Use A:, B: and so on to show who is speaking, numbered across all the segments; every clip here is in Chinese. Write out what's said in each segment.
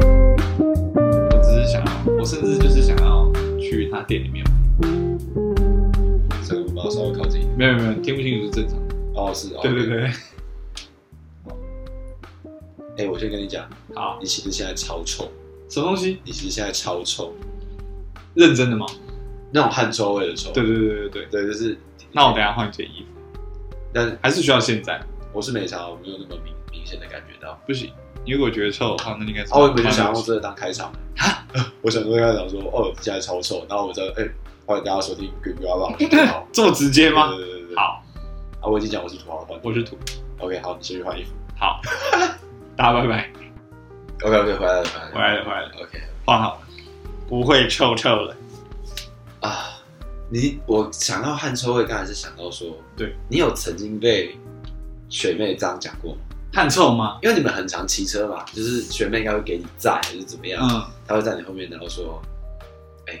A: 我只是想要，我甚至就是想要去他店里面，
B: 所以我们要稍微靠近一点。
A: 没有没有，听不清楚是正常的。
B: 哦，是哦，
A: 对对。对，
B: 哎、我先跟你讲，
A: 好，
B: 你其实现在超臭，
A: 什么东西？
B: 你其实现在超臭，
A: 认真的吗？
B: 那种汗臭味的臭。
A: 对对对对对。
B: 对，就是。
A: 那我等一下换一件衣服，
B: 但是
A: 还是需要现在？
B: 我是没差，我没有那么明明显的感觉到。
A: 不行，你如果觉得臭的话，那应该是，
B: 哦，我本来就想用这个当开场， 我想说跟他讲说，哦，现在超臭，然后我就哎，欢迎大家收听《鬼鬼话吧》，我是土豪
A: 这么直接吗？
B: 对对对对对。
A: 好，
B: 啊，我已经讲我是土豪换
A: 我是土。
B: OK，好，你先去换衣服。
A: 好，大家拜拜，
B: OK OK，回来了，回
A: 回来了回来了，
B: OK
A: 换好了，不会臭臭了。
B: 啊，你我想到汗臭味，刚才是想到说，
A: 对
B: 你有曾经被学妹这样讲过吗？
A: 汗臭吗？
B: 因为你们很常骑车嘛，就是学妹应该会给你载还是怎么样，
A: 嗯，
B: 她会在你后面，然后说，哎、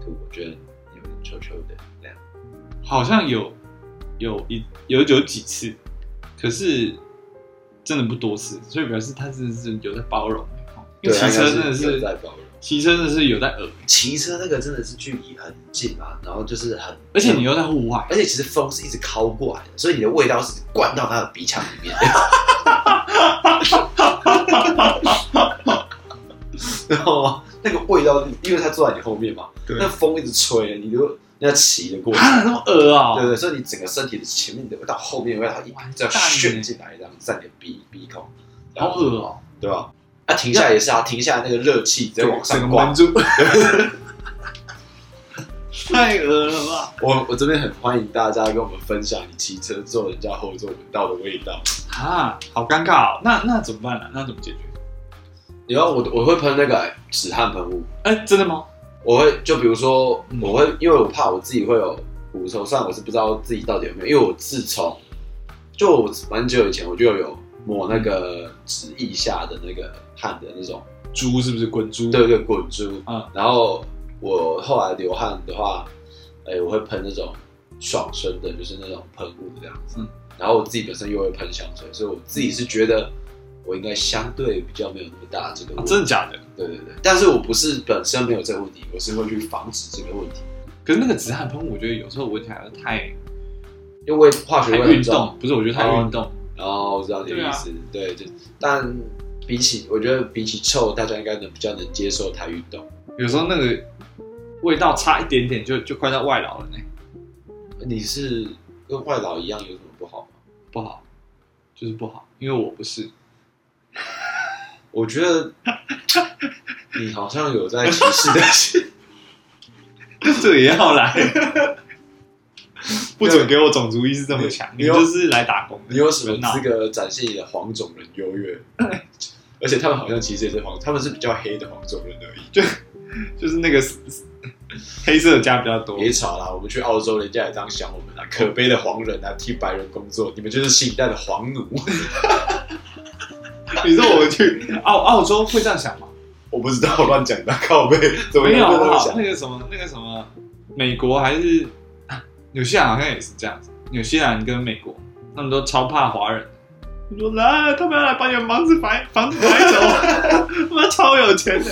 B: 就我觉得你有点臭臭的那样。
A: 好像有有一有有几次，可是真的不多次，所以表示他真的是有在包容。哦因为骑车真的
B: 对她应该是有
A: 是
B: 在包容。
A: 骑车真的是有在耳，
B: 骑车那个真的是距离很近嘛，然后就是很，
A: 而且你又在户外，
B: 而且其实风是一直靠过来的，所以你的味道是灌到他的鼻腔里面。 然后那个味道，因为他坐在你后面嘛，
A: 对
B: 那风一直吹，你就那骑的过去，
A: 啊，那么恶啊、
B: 对对，所以你整个身体的前面的味道，后面的味道一直要炫进来，这样在你的鼻鼻孔，然
A: 好
B: 后
A: 恶哦、
B: 对吧？啊，停下来也是啊，停下来那个热气直接往上灌
A: 关，注， 太恶了吧！
B: 我我这边很欢迎大家跟我们分享你骑车坐人家后座闻到的味道。
A: 啊，好尴尬哦、那那怎么办呢、那怎么解决？
B: 然后我我会喷那个欸止汗喷雾，
A: 哎、真的吗？
B: 我会就比如说
A: 嗯
B: 我会，因为我怕我自己会有狐臭，虽然我是不知道自己到底有没有，因为我自从就我蛮久以前我就有抹那个指腋下的那个汗的那种，
A: 猪是不是滚珠？
B: 对，对滚珠，
A: 嗯
B: 然后我后来流汗的话，哎、我会喷那种爽身的，就是那种喷雾这样子。
A: 嗯
B: 然后我自己本身又会喷香水，所以我自己是觉得我应该相对比较没有那么大的这个
A: 啊
B: 问，题。
A: 真的假的？
B: 对对对，但是我不是本身没有这个问题，我是会去防止这个问题，
A: 可是那个止汗喷雾，我觉得有时候闻起来太
B: 因为化学
A: 太
B: 味很
A: 运
B: 重。
A: 动，啊不是？我觉得太运动。
B: 哦，我知道你的意思，对就但比起我觉得比起臭，大家应该能比较能接受它运动。
A: 有时候那个味道差一点点就就快到外劳了呢，
B: 你是跟外劳一样有什么不好吗？
A: 不好，就是不好，因为我不是，
B: 我觉得你好像有在歧视的心，
A: 这也要来， 不准给我种族意识这么强，
B: 你
A: 你
B: 有
A: 就是来打工的，
B: 你有什
A: 不
B: 么
A: 要闹
B: 资格展现你的黄种人优越？而且他们好像其实也是黄，他们是比较黑的黄种人而已。
A: 就是那个 黑色的家比较多，
B: 别吵啦，我们去澳洲，人家也这样想我们啊！可悲的黄人啊，替白人工作，你们就是新一代的黄奴。
A: 你说我去澳澳洲会这样想吗？
B: 我不知道，我乱讲的，靠背怎么
A: 没有，
B: 会
A: 好不
B: 这么
A: 好
B: 想？
A: 那个什么，那个什么，美国还是啊纽西兰好像也是这样子。纽西兰跟美国，他们都超怕华人。你说来，他们要来把你们房子买房子买走， 他们超有钱的。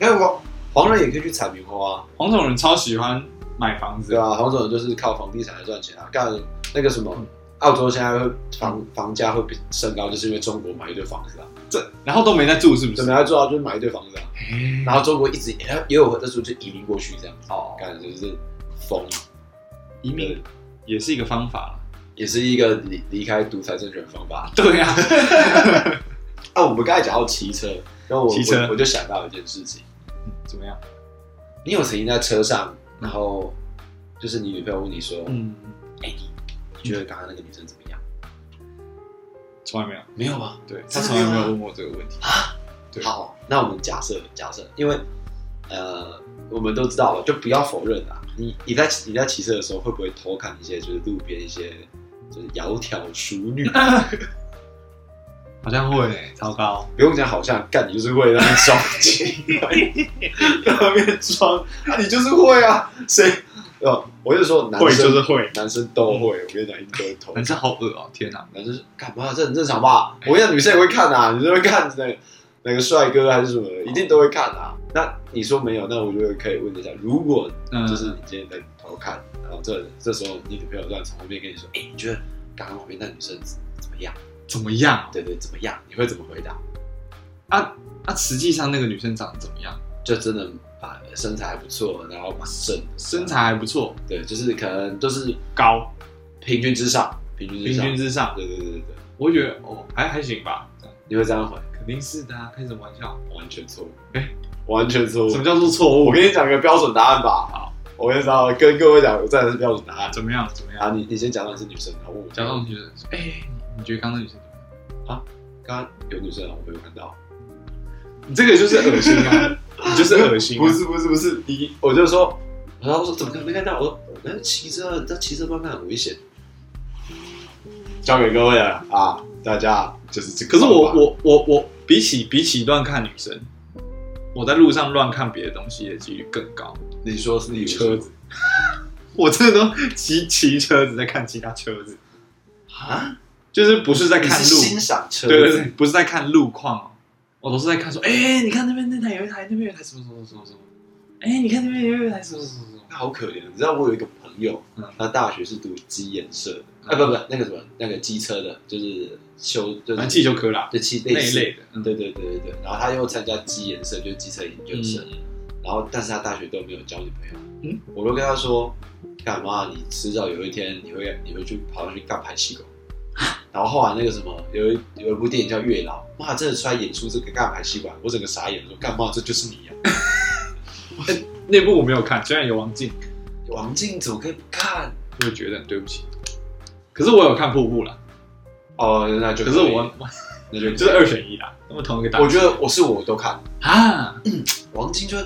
B: 因为黄黄人也可以去采棉花啊，
A: 黄种人超喜欢买房子
B: 对，啊，黄种人就是靠房地产来赚钱啊。干那个什么，澳洲现在会房房价会比升高，就是因为中国买一堆房子啊。
A: 这然后都没在住，是不
B: 怎
A: 是
B: 么？来做到就是买一堆房子啊，
A: 哎
B: 然后中国一直也也有那时候就移民过去这样子，
A: 哦，
B: 感觉就是疯，
A: 移民也是一个方法啦。
B: 也是一个离离开独裁政权的方法。
A: 对啊，
B: 啊，我们刚才讲到骑车，然后我
A: 骑车
B: 我我就想到一件事情，
A: 嗯怎么样？
B: 你有曾经在车上，然后就是你女朋友问你说，
A: 嗯，
B: 哎、你你觉得刚刚那个女生怎么样？
A: 从来没有，
B: 没有啊。
A: 对他
B: 真的
A: 从来没
B: 吗
A: 有问我这个问题。对
B: 好，那我们假设假设，因为呃，我们都知道了，就不要否认啊。你你在你在骑车的时候，会不会偷看一些就是路边一些就是窈窕淑女？
A: 好像会、欸，糟糕，
B: 不用讲，好像干你就是会那边装 奇怪，那边装啊，你就是会啊，谁？哦，我就说男
A: 会
B: 生
A: 就是会，
B: 男生都会，我跟你讲，一定都会偷。
A: 男生好恶哦、天哪，
B: 男生是干嘛？这很正常吧？
A: 哎
B: 我跟你讲，女生也会看啊，女生会看哪个哪个帅哥还是什么的，一定都会看啊。那你说没有，那我觉得可以问一下，如果
A: 嗯，
B: 就是你今天在偷看，然后这这时候你女朋友突然从后面跟你说，哎、你觉得刚刚旁边那女生怎么样？
A: 怎么样
B: 对对，怎么样？你会怎么回答？
A: 啊？啊，实际上那个女生长得怎么样？
B: 就真的把身材还不错，然后身
A: 身材还不错，
B: 对，就是可能都是
A: 高，
B: 平均之上，平均之
A: 平
B: 上，
A: 均之上，
B: 对对对对对，
A: 我会觉得哦，还还行吧，这样
B: 你会这样回？
A: 肯定是的啊，开什么玩笑？
B: 完全错误，
A: 哎
B: 完全错误
A: 什。么叫做错误？
B: 我跟你讲个标准答案吧。
A: 好，
B: 我跟你讲，跟各位讲，我真的是标准答案。
A: 怎么样？怎么
B: 啊，
A: 样？
B: 你你先讲到你是女生，然后问我
A: 假装女生说，哎、你觉得刚刚那女生怎么样？
B: 刚刚有女生啊，我没有看到，
A: 你这个就是恶心 啊，你就是恶心、啊，
B: 不是不是不是，你我就说，然后我说怎么可能没看到？我说我那骑车，你知道骑车方向很危险。交给各位了啊，大家就是这
A: 可
B: 个
A: 是
B: 方法。
A: 我我我我比起比起乱看女生，我在路上乱看别的东西的几率更高。
B: 你说是你
A: 车子，我真的都骑骑车子在看其他车子，
B: 啊？
A: 就是不是在
B: 你
A: 看
B: 是欣
A: 路，
B: 赏车
A: 对
B: 子，
A: 对对，不是在看路况哦，我都是在看说，哎、你看那边那台有一台，那边有一台什么什么什么什么，哎、你看那边有一台什么什么什么，
B: 那好可怜。你知道我有一个朋友
A: 嗯，
B: 他大学是读机研社的，
A: 嗯
B: 啊不不，那个什么那个机车的，就是修就
A: 反正
B: 是
A: 气球科啦
B: 对汽
A: 那
B: 类
A: 一
B: 似
A: 类的，嗯
B: 对对对对对，然后他又参加机研社，就是机车研究生，然后但是他大学都没有交女朋友。
A: 嗯，
B: 我都跟他说，干嘛？啊你迟早有一天你会你会去跑上去干排气狗。
A: 啊
B: 然后后来那个什么，有一有一部电影叫《月老》，哇，真的出来演出这个干排气管，我整个傻眼，说干嘛？这就是你啊！
A: 那部我没有看，虽然有王静，
B: 王静怎么可以不看？
A: 我也觉得很对不起，可是我有看瀑布啦，
B: 哦，那就
A: 可是
B: 以
A: 我我
B: 那就
A: 就是二选一啦，那么同一个答案
B: 我觉得我是我都看，
A: 啊，
B: 王静就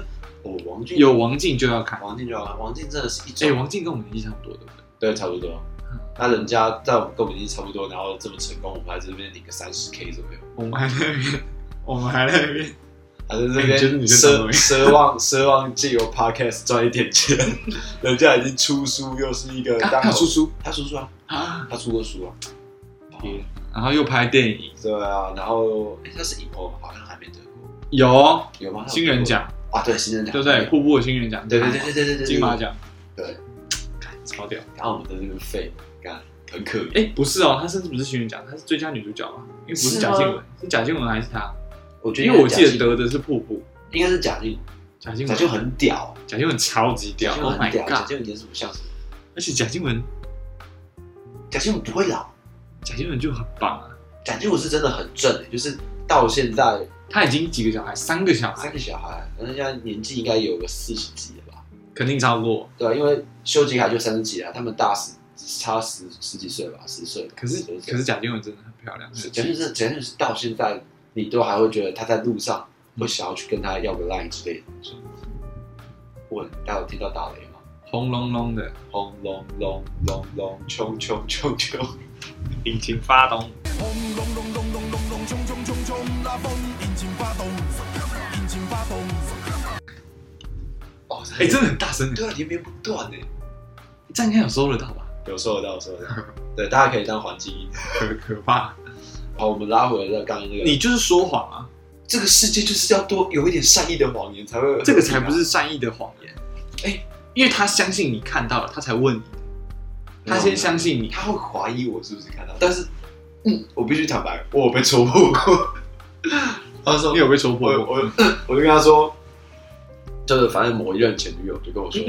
B: 哦，王静
A: 有王静就要看。
B: 王静就好看，王静真的是一
A: 哎、
B: 种
A: 王静跟我们年纪差不多，对不对？
B: 对，差不多
A: 嗯。
B: 那人家在我们跟我们已经差不多，然后这么成功，我们还在这边领个三十 K 左右，
A: 我们还在那边，我们还在那边，
B: 还在这
A: 哎你觉得
B: 边
A: 你是
B: 奢
A: 哪位
B: 奢望奢望借由 Podcast 赚一点钱。人家已经出书，又是一个
A: 他
B: 当
A: 他有出书
B: 他出书啊，
A: 啊，
B: 他出过书啊。
A: 天然后又拍电影，
B: 对啊，然后哎，他是影后吗，好像还没得过，
A: 有哦
B: 有吗？他有得过
A: 新人奖，
B: 啊，对，新人奖，
A: 对不对？瀑布的新人奖，
B: 对？对对对对对对对，
A: 金马。奖，
B: 对，
A: 干超屌！
B: 然后我们在这边废，干很可怜。
A: 哎，不是哦，她甚至不是新人奖，她是最佳女主角吧？因为不是
B: 是
A: 贾
B: 啊吗
A: 静雯，是贾静雯还是她？
B: 我觉得
A: 因为我记得
B: 应该是贾静
A: 得的是瀑布，
B: 应该是贾静，
A: 贾静
B: 贾
A: 雯
B: 静很屌，
A: 贾静雯超级屌
B: 贾静
A: ，Oh
B: 很
A: my
B: 屌，贾
A: god！
B: 静演什么像什么。
A: 而且贾静雯，
B: 贾静雯不会老，
A: 贾静雯就很棒啊，
B: 贾静雯是真的很正、欸就是到现在
A: 她已经几个小孩，三个小孩
B: 三，个小孩，人家年纪应该有个四十几了吧？
A: 肯定超过我。
B: 对啊，因为修杰楷就三十几啊了，他们大十差十十几岁吧，十岁吧。
A: 可是
B: 十多岁
A: 可是贾静雯真的很漂亮，
B: 贾静雯是贾静雯是到现在，你都还会觉得她在路上会想要去跟她要个 line 之类的。问，大家有听到打雷吗？
A: 红隆隆的，
B: 轰隆隆隆隆，冲冲冲冲！
A: 引擎发动。
C: 轰隆隆隆隆隆隆，冲冲冲冲，拉风，引擎发动，引擎发动。
B: 哦，
A: 哎、真的很大声哎，
B: 对啊，连绵不断呢。
A: 这样应该有收得到吧？
B: 有收得到，有收 得到。对，大家可以当环境音。
A: 可可怕！
B: 好，我们拉回来刚刚那个，
A: 你就是说谎啊，
B: 这个世界就是要多有一点善意的谎言才会，
A: 这个才不是善意的谎言。哎、因为他相信你看到了，他才问你，他先相信你。
B: 他会怀疑我是不是看到，但是，嗯，我必须坦白，我有被戳破过。他说
A: 你，有被戳
B: 我
A: 破过？
B: 我嗯我就跟他说， 就是反正某一任前女友就跟我 说，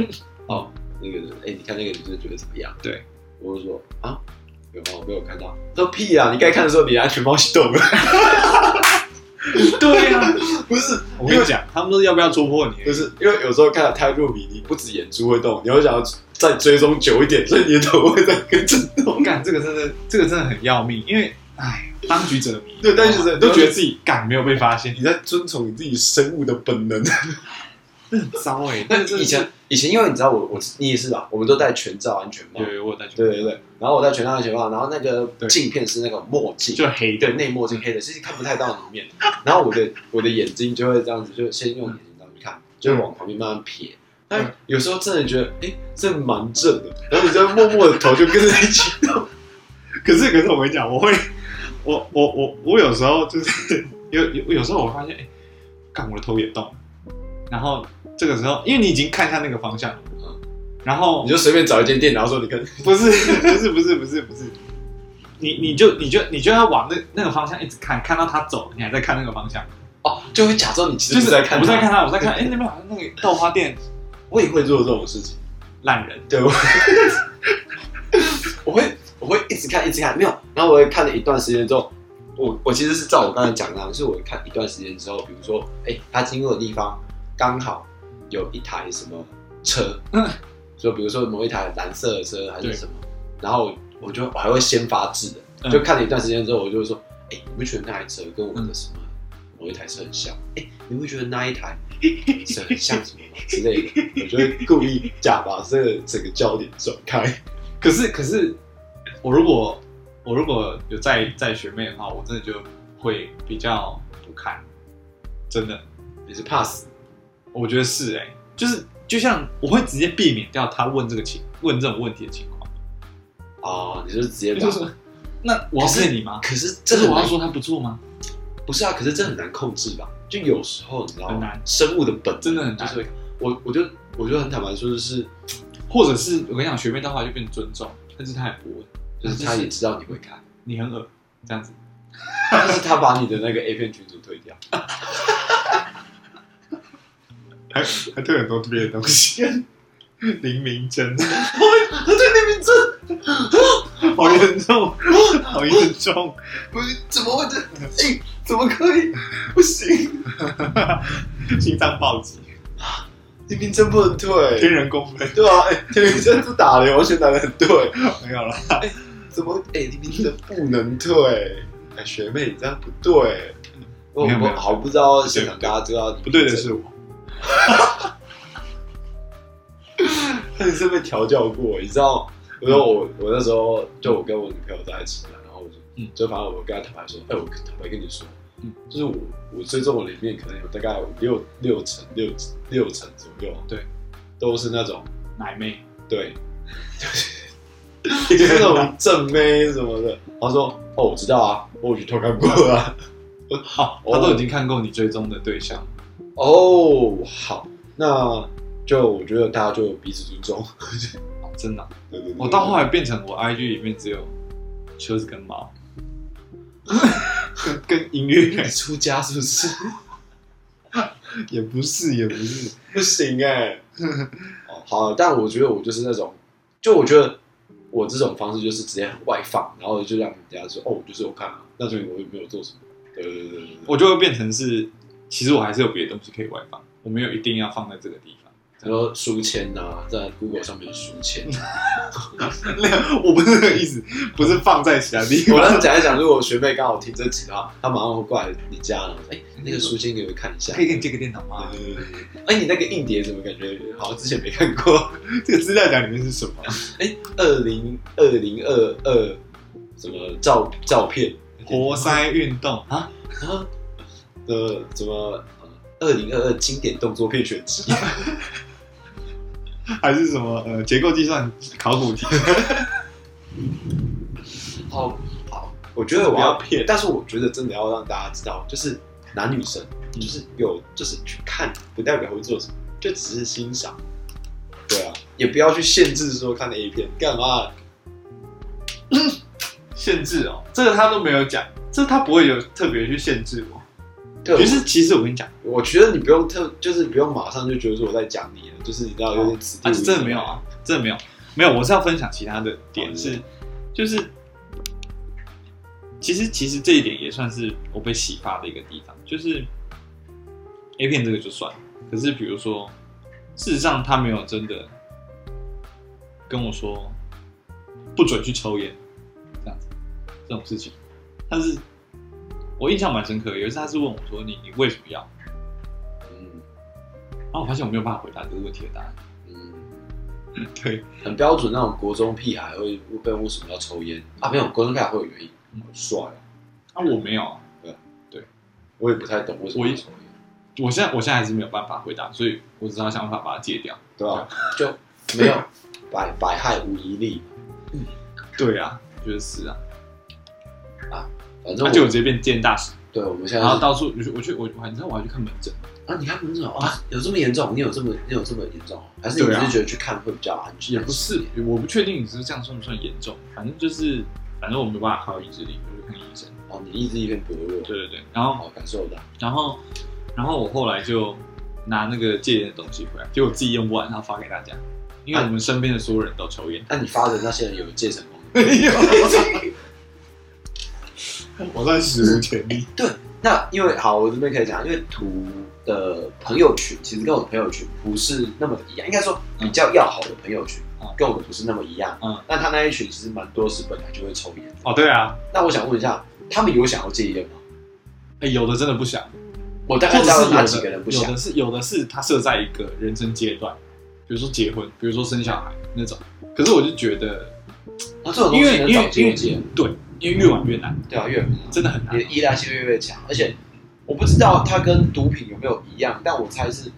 B: 哦，那个人，哎，你看那个女生觉得怎么样？
A: 对，
B: 我就说啊，有吗？我没有看到。他说屁啊，你该看的时候你安全帽系动了，
A: 对呀、啊，
B: 不是，
A: 我跟你讲，他们说要不要戳破你？
B: 就是因为有时候看的太入迷，你不止眼珠会动，你会想要再追踪久一点，所以你的头会再跟着动
A: 我。感这个真的，这个真的很要命，因为哎，当局者迷。
B: 对当局者迷
A: 都觉得自己敢没有被发现。
B: 你在遵从你自己生物的本能。
A: 那很糟哎、
B: 那
A: 那真的
B: 以前以前，因为你知道我我你也是吧，我们都戴全罩安全帽
A: 有，有我有戴全
B: 对对对，然后我戴全罩安全帽，然后那个
A: 对
B: 镜片是那个墨镜，
A: 就黑的
B: 对，内墨镜黑的，其实看不太到里面。然后我的我的眼睛就会这样子，就先用眼睛这样去看，就会往旁边慢慢瞥。但有时候真的觉得，哎，这蛮正的，然后你就默默的头就跟着一起动。
A: 可是可是我跟你讲，我会， 我我我我有时候就是 有有有时候我发现，哎、干我的头也动了，然后这个时候，因为你已经看向那个方向了，
B: 嗯
A: 然后
B: 你就随便找一间店，然后说你跟，
A: 不是 不是不是不是不是，你你就你就你就要往那那个方向一直看，看到他走，你还在看那个方向，
B: 哦，就会假装你其
A: 就
B: 实
A: 是
B: 不在看，
A: 我在看，他，我在看，哎、那边好像那个豆花店
B: 我也会做这种事情。
A: 烂人，
B: 对，我我会我会一直看一直看，没有。然后我会看了一段时间之后，我我其实是照我刚才讲的那样，就是我看一段时间之后，比如说，哎、他经过的地方刚好有一台什么车，
A: 嗯
B: 就比如说某一台蓝色的车还
A: 对
B: 是什么，然后我就我还会先发制
A: 嗯
B: 人，就看了一段时间之后，我就会说，哎、你不觉得那台车跟我的什么某一台车很像？哎、你不觉得那一台 是很像什么吗之类的？我就会故意假把这个整个焦点转开。
A: 可是可是我如果我如果有在在学妹的话，我真的就会比较不看，真的。
B: 你是怕死？
A: 我觉得是哎、就是就像我会直接避免掉他问这个情问这种问题的情况，
B: 哦，你就是直接把。
A: 就是说那我要骗你吗？
B: 可是
A: 这
B: 这
A: 是
B: 很
A: 我要
B: 难，
A: 说他不做吗？
B: 不是啊？可是这很难控制吧？就有时候你知道吗
A: 很难
B: 生物的本能
A: 真的很难
B: 就是会我我就我就很坦白说，就是
A: 或者是我跟你讲，学妹到后来就变成尊重，但是他也不问，
B: 啊就是他也知道你会看，
A: 你很恶这样子，
B: 但是他把你的那个 A 片群组退掉。
A: 还还对很多别的东西。 林明真，
B: 他啊对那边真
A: 好严重，好严重！
B: 哦不是怎么会这？哎、怎么可以？不行，
A: 心脏暴击，
B: 那边真不能
A: 天
B: 退。
A: 人共愤，
B: 对啊，哎、天明真是打的，完全打的很对。
A: 没有了。
B: 怎么？哎、你明真不能退。哎、学妹，你这样不对。我
A: 没有没有
B: 我好不知道现场大家知道
A: 不对的，是我，
B: 他你是被调教过，你知道？我说我我那时候就我跟我女朋友在一起嘛，然后我就、
A: 嗯
B: 就反正我跟她坦白说，哎、我坦白跟你说，
A: 嗯
B: 就是我我追踪我里面可能有大概有六六成六六成左右，
A: 对，
B: 都是那种
A: 奶妹，
B: 对，就是那 种正妹什么的。他说：“哦，我知道啊，我有去偷看过啊。
A: 哦，他都已经看过你追踪的对象，”
B: 哦，好，那就我觉得大家就彼此尊重。
A: 哦真的啊。
B: 对对对
A: 我到后来变成我 IG 里面只有车子跟猫，跟跟音乐
B: 你出家是不是？
A: 也不是也不欸是，
B: 不行哎、 哦，好，但我觉得我就是那种，就我觉得我这种方式就是直接很外放，然后就让人家说：“哦，我就是我看啊。”那所以我也没有做什么。对对对对对对。
A: 我就会变成是，其实我还是有别的东西可以外放，我没有一定要放在这个地方。
B: 然后书签啊，在 Google 上面书 签，
A: 没有， 我不是那个意思，不是放在其他地
B: 我
A: 方，
B: 当时讲一讲，如果学妹刚好听这集的话，她马上会过来你家了。哎、那个书签给我看一下。
A: 可以给你借个电脑吗？
B: 对对对对哎、你那个硬碟怎么感觉好像之前没看过？
A: 这个资料夹里面是什么？
B: 二零二零二二什么照照片？
A: 活塞运动啊，
B: 啊？呃，怎么二零二二经典动作片选 集？
A: 还是什么呃结构计算考古题？
B: 好好，我觉得我
A: 不要
B: 要
A: 骗
B: 但是我觉得真的要让大家知道，就是男女生，
A: 嗯
B: 就是有，就是去看，不代表会做什么，就只是欣赏。对啊，也不要去限制说看 A 片干嘛。
A: 限制哦，这个他都没有讲，这他不会有特别去限制我。
B: 对
A: 其实其实我跟你讲，
B: 我觉得你不用特，就是不用马上就觉得说我在讲你了，就是你知道有点此地
A: 啊，
B: 无
A: 是
B: 银
A: 真的没有啊，真的没有，没有。我是要分享其他的点
B: 哦
A: 是，就是其实其实这一点也算是我被启发的一个地方，就是 A 片这个就算了，可是比如说，事实上他没有真的跟我说不准去抽烟这样子这种事情，但是我印象蛮深刻的，有一次他是问我说你你为什么要？
B: 嗯，
A: 然后我发现我没有办法回答这个问题的答案。
B: 嗯，
A: 对，
B: 很标准那种国中屁孩会被问为什么要抽烟啊？没有，国中屁孩会有原因，
A: 嗯
B: 很帅啊，
A: 啊，我没有，
B: 我也不太懂为什么要抽烟，
A: 我现在我现在还是没有办法回答，所以我只好想办法把它戒掉。
B: 对吧？就没有百百害无一利，
A: 对啊，我觉得是啊，
B: 反正
A: 那
B: 我
A: 就我直嗯接变健大使，
B: 对我们现在
A: 然后
B: 是
A: 到处我去我我还你知道我还去看门诊，
B: 啊，你看门诊啊，有这么严重？你有这么你有这么严重？哦还是你
A: 对
B: 只
A: 啊
B: 是觉得去看会比较安全？
A: 也不是，我不确定你是这样算不算严重，反正就是反正我没办法靠意志力，我就看医生。
B: 哦，你意志力变薄弱，哦
A: 对对对，然后
B: 好感受到。
A: 然后，然后我后来就拿那个戒烟的东西回来，结果自己用不完，然后发给大家，因为我们身边的所有人都抽烟。
B: 那你发的那些人有戒成功吗？
A: 没有，我算史无前例。
B: 那因为好，我这边可以讲，因为图的朋友群其实跟我的朋友群不是那么的一样，应该说比较要好的朋友群、
A: 嗯
B: 跟我们不是那么一样。
A: 嗯，
B: 那他那一群其实蛮多是本来就会抽烟。
A: 哦，对啊，
B: 那我想问一下，他们有想要戒烟吗？
A: 哎，有的真的不想，
B: 我大
A: 或
B: 概
A: 者
B: 知道
A: 是
B: 哪
A: 有
B: 几个
A: 的
B: 人不
A: 有
B: 想
A: 的。是有的是他设在一个人生阶段，比如说结婚，比如说生小孩那种。可是我就觉得，
B: 那哦这种东
A: 因
B: 西
A: 为
B: 能
A: 因
B: 早
A: 为因
B: 戒
A: 为
B: 戒，
A: 对，因为越晚越难，
B: 对啊，越好
A: 真的很难
B: 你的。依赖性越来越强，而且我不知道它跟毒品有没有一样，但我猜是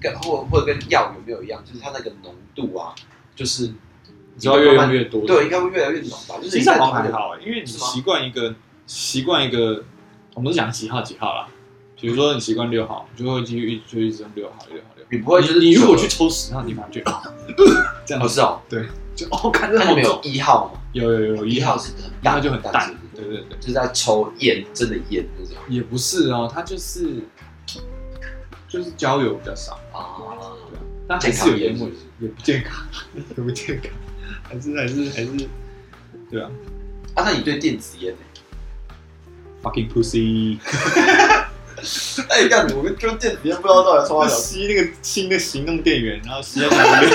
B: 跟或或者跟药有没有一样，就是它那个浓度啊，就是
A: 你知道越用越多，
B: 对，应该会越来越浓吧，就是
A: 其
B: 一
A: 实
B: 旦
A: 好像还
B: 它
A: 好欸，因为你习惯一个习惯一个，我们是讲几号几号啦。比如说你习惯六号，你就会继续一直就一直用六号六号六号。
B: 你不会就是
A: 你你如果去
B: 久
A: 抽十号，你发 觉这
B: 了
A: 样
B: 哦
A: 子
B: 是哦，
A: 就哦，看这
B: 那
A: 好
B: 你们
A: 重。
B: 有一号吗？
A: 有有有
B: 一
A: 一
B: 号
A: 号，
B: 是很
A: 一号
B: 淡，
A: 就很淡
B: 是。不
A: 对
B: 是
A: 对对，
B: 就是在抽烟，真的烟那种
A: 也不是哦，他就是就是交友比较少，
B: 啊，
A: 但还是有烟味
B: 健康烟
A: 也不健康，
B: 是不是，
A: 也不健康，还是还是还是对啊
B: 啊，那你对电子烟呢？
A: ，fucking pussy。
B: 哎，干，我跟就电子烟不知道到底抽
A: 就吸那个新的行动电源，然后吸到哪里？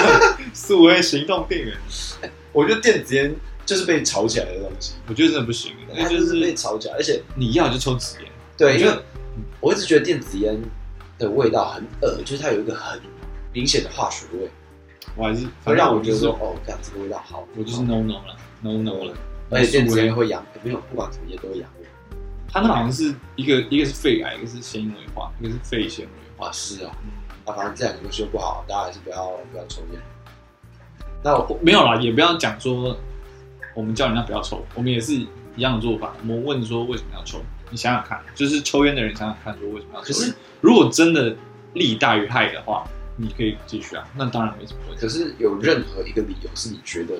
A: 数位行动电源，
B: 我觉得电子烟就是被炒起来的东西，
A: 我觉得真的不行，那
B: 它
A: 就
B: 就是被
A: 是
B: 炒起来，而且
A: 你要就抽纸烟，
B: 对，
A: 我
B: 因
A: 觉
B: 为
A: 得
B: 我一直觉得电子烟的味道很恶，就是它有一个很明显的化学味，
A: 我还是
B: 会
A: 反正
B: 让
A: 我
B: 我觉
A: 就
B: 得
A: 是哦
B: 说，哦，干这个味道好，
A: 我就是 no no 了，no no 了。
B: 而且电子烟
A: 数位，
B: 会养，没有，不管什么烟都会养。
A: 它那好像是一个一个是肺癌，一个是纤维化，一个是肺纤维化。
B: 啊，是啊，啊，反正这两个东西都不好，大家还是不要不要抽烟。那我
A: 没有啦，也不要讲说我们叫人家不要抽，我们也是一样的做法。我们问说为什么要抽，你想想看，就是抽烟的人想想看，说为什么要抽
B: 可
A: 烟
B: 是。
A: 如果真的利大于害的话，你可以继续啊，那当然没什么问题
B: 可。是有任何一个理由是你觉得，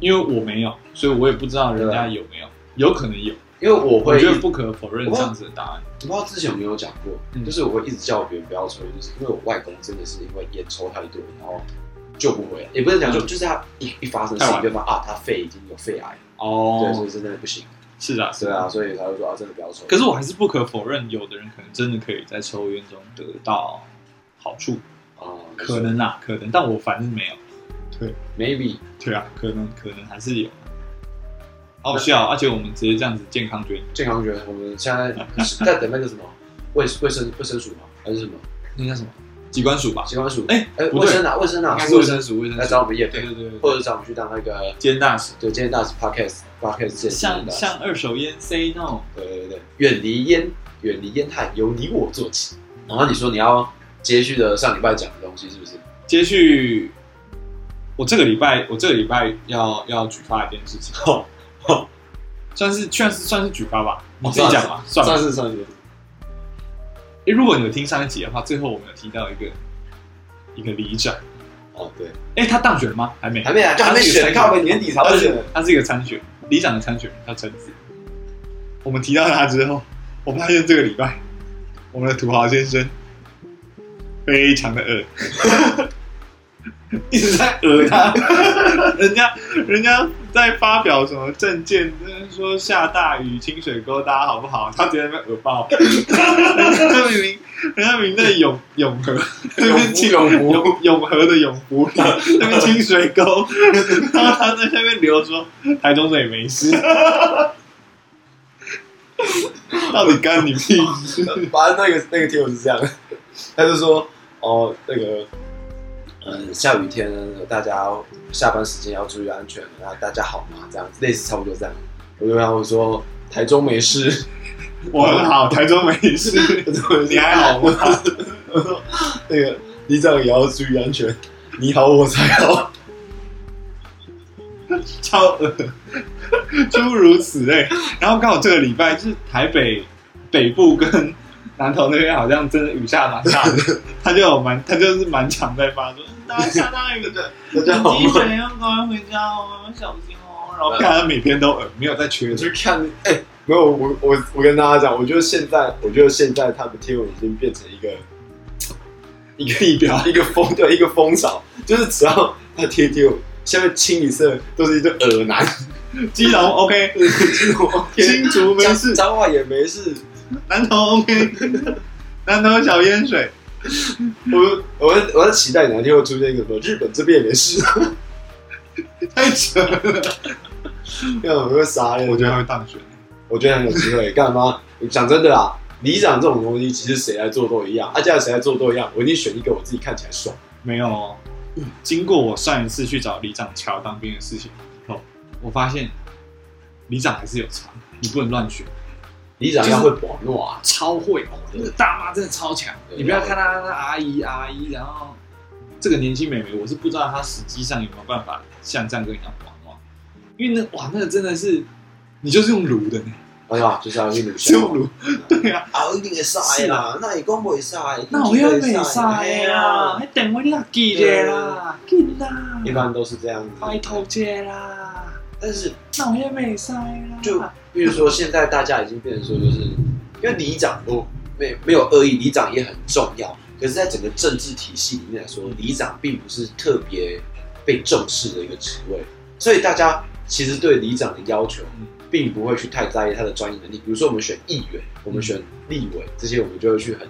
A: 因为我没有，所以我也不知道人家有没有，有可能有。
B: 因为我
A: 我
B: 会，
A: 觉得
B: 我
A: 不可否认这样子的答案。
B: 不知道之前有没有讲过，
A: 嗯
B: 就是我会一直叫别人不要抽烟，就是因为我外公真的是因为烟抽太多，然后救不回来，也不是讲救，
A: 嗯
B: 就是他一一发生事
A: 太晚
B: 情就发现啊，他肺已经有肺癌了，对，
A: 哦，
B: 所以真的不行。
A: 是啊，是
B: 对
A: 啊。
B: 啊，所以才会说啊，真的不要抽。
A: 可是我还是不可否认，有的人可能真的可以在抽烟中得到好处，
B: 啊，
A: 可能啦，可能。但我反正没有。
B: maybe
A: 对啊，可能可能还是有。好笑，啊而且我们直接这样子健康捐，
B: 健康觉得我们现 在在等那个什么卫卫生卫生署吗？还是什么
A: 那叫什么？机关署吧？
B: 机关署？
A: 哎
B: 哎，
A: 不
B: 卫
A: 对
B: 生啊，卫生啊
A: 应该，是卫生署，卫生
B: 来
A: 署。
B: 找我们叶
A: 对
B: 配，
A: 对对
B: 或
A: 对，
B: 者找我们去当那个
A: 肩大使。
B: 对今天大使 podcast podcast 健身
A: 像
B: 大使
A: 像二手烟，say no。
B: 对对对，远离烟远离烟害，由你我做起。然后你说你要接续的上礼拜讲的东西是不是？
A: 接续，我这个礼拜，我这个礼拜要要举发一件事情，算是算是算是举发吧，
B: 哦
A: 我自己讲吧，算
B: 上
A: 吧。
B: 次上次
A: 诶，如果你有听上一集的话，最后我们有提到一个一个里长，
B: 哦对，
A: 诶，哎他当选吗？还没，
B: 还没啊，就还没选，靠背年底才
A: 他
B: 会
A: 是
B: 选
A: 一个，他是一个参选，里长的参选人叫陈子。我们提到他之后，我发现这个礼拜我们的土豪先生非常的恶， 一直在讹他。 人家人家在发表什么证件，说下大雨清水沟大家好不好？他直接在那边讹 爆，人家明明人家明明在永永和，那 边 清
B: 永福永
A: 永永和的永 福里，那边清水沟，然后他在下面留说台中这也没事，到底干你屁事？
B: 反正那个那个贴文是这样，他就说哦，那个，嗯，下雨天大家下班时间要注意安全，然后大家好嘛，这样类似差不多这样。我就跟他们说，台中没事，
A: 我很好，台中没事，你还好吗？
B: 我说那个里长也要注意安全，你好我才好。
A: 超恶，诸如此类。然后刚好这个礼拜就是台北北部跟南投那边好像真的雨下蛮大 的，他就有蛮他就是蛮常在发说，嗯大家下大雨 的，
B: 大家好
A: 积
B: 吗？
A: 水要赶快回家哦，要小心哦。然后看他每天都呃恶，没有在缺
B: 我
A: 的，
B: 去看，哎、没有，我我我跟大家讲，我觉得现在，我觉得现在他们贴文已经变成一个一个
A: 地标
B: 一个风对一个风潮，就是只要他贴贴文，下面清一色都是一堆 耳男，
A: 基隆 OK，
B: 新
A: 新竹没事，
B: 脏话也没事。
A: 南投 OK，南投小淹水，
B: 我我在我在期待哪天会出现一个什么日本这边也没事，
A: 太扯了，
B: 这样我会傻眼。
A: 我觉得他会当选。
B: 我觉得很有机会。干嘛？讲真的啦，里长这种东西，其实谁来做都一样，啊，既然谁来做都一样，我一定选一个我自己看起来爽。
A: 没有哦，经过我上一次去找里长乔当兵的事情以后，我发现里长还是有差，你不能乱选，
B: 里长要会保诺啊，
A: 超会哦，那个大妈真的超强。
B: 对
A: 你不要看她那阿姨阿姨，然后这个年轻妹妹，我是不知道她实际上有没有办法像这样跟你讲广话，因为那哇，那个真的是你就是用撸的呢，
B: 哎呀，就是要去鲁
A: 是
B: 小
A: 用撸，对啊，
B: 啊，一定会晒啦，那你讲袂晒，
A: 那我要美晒啊啦，。还等我你啦，记者啦，紧啦，
B: 啊一般都是这样子，
A: 拜托姐啦。
B: 但是
A: 那我也没塞啦
B: 就比如说现在大家已经变成说，就是因为里长我没没有恶意，里长也很重要。可是，在整个政治体系里面来说，里长并不是特别被重视的一个职位，所以大家其实对里长的要求
A: 嗯，
B: 并不会去太在意他的专业能力。比如说，我们选议员，我们选立委，这些我们就会去很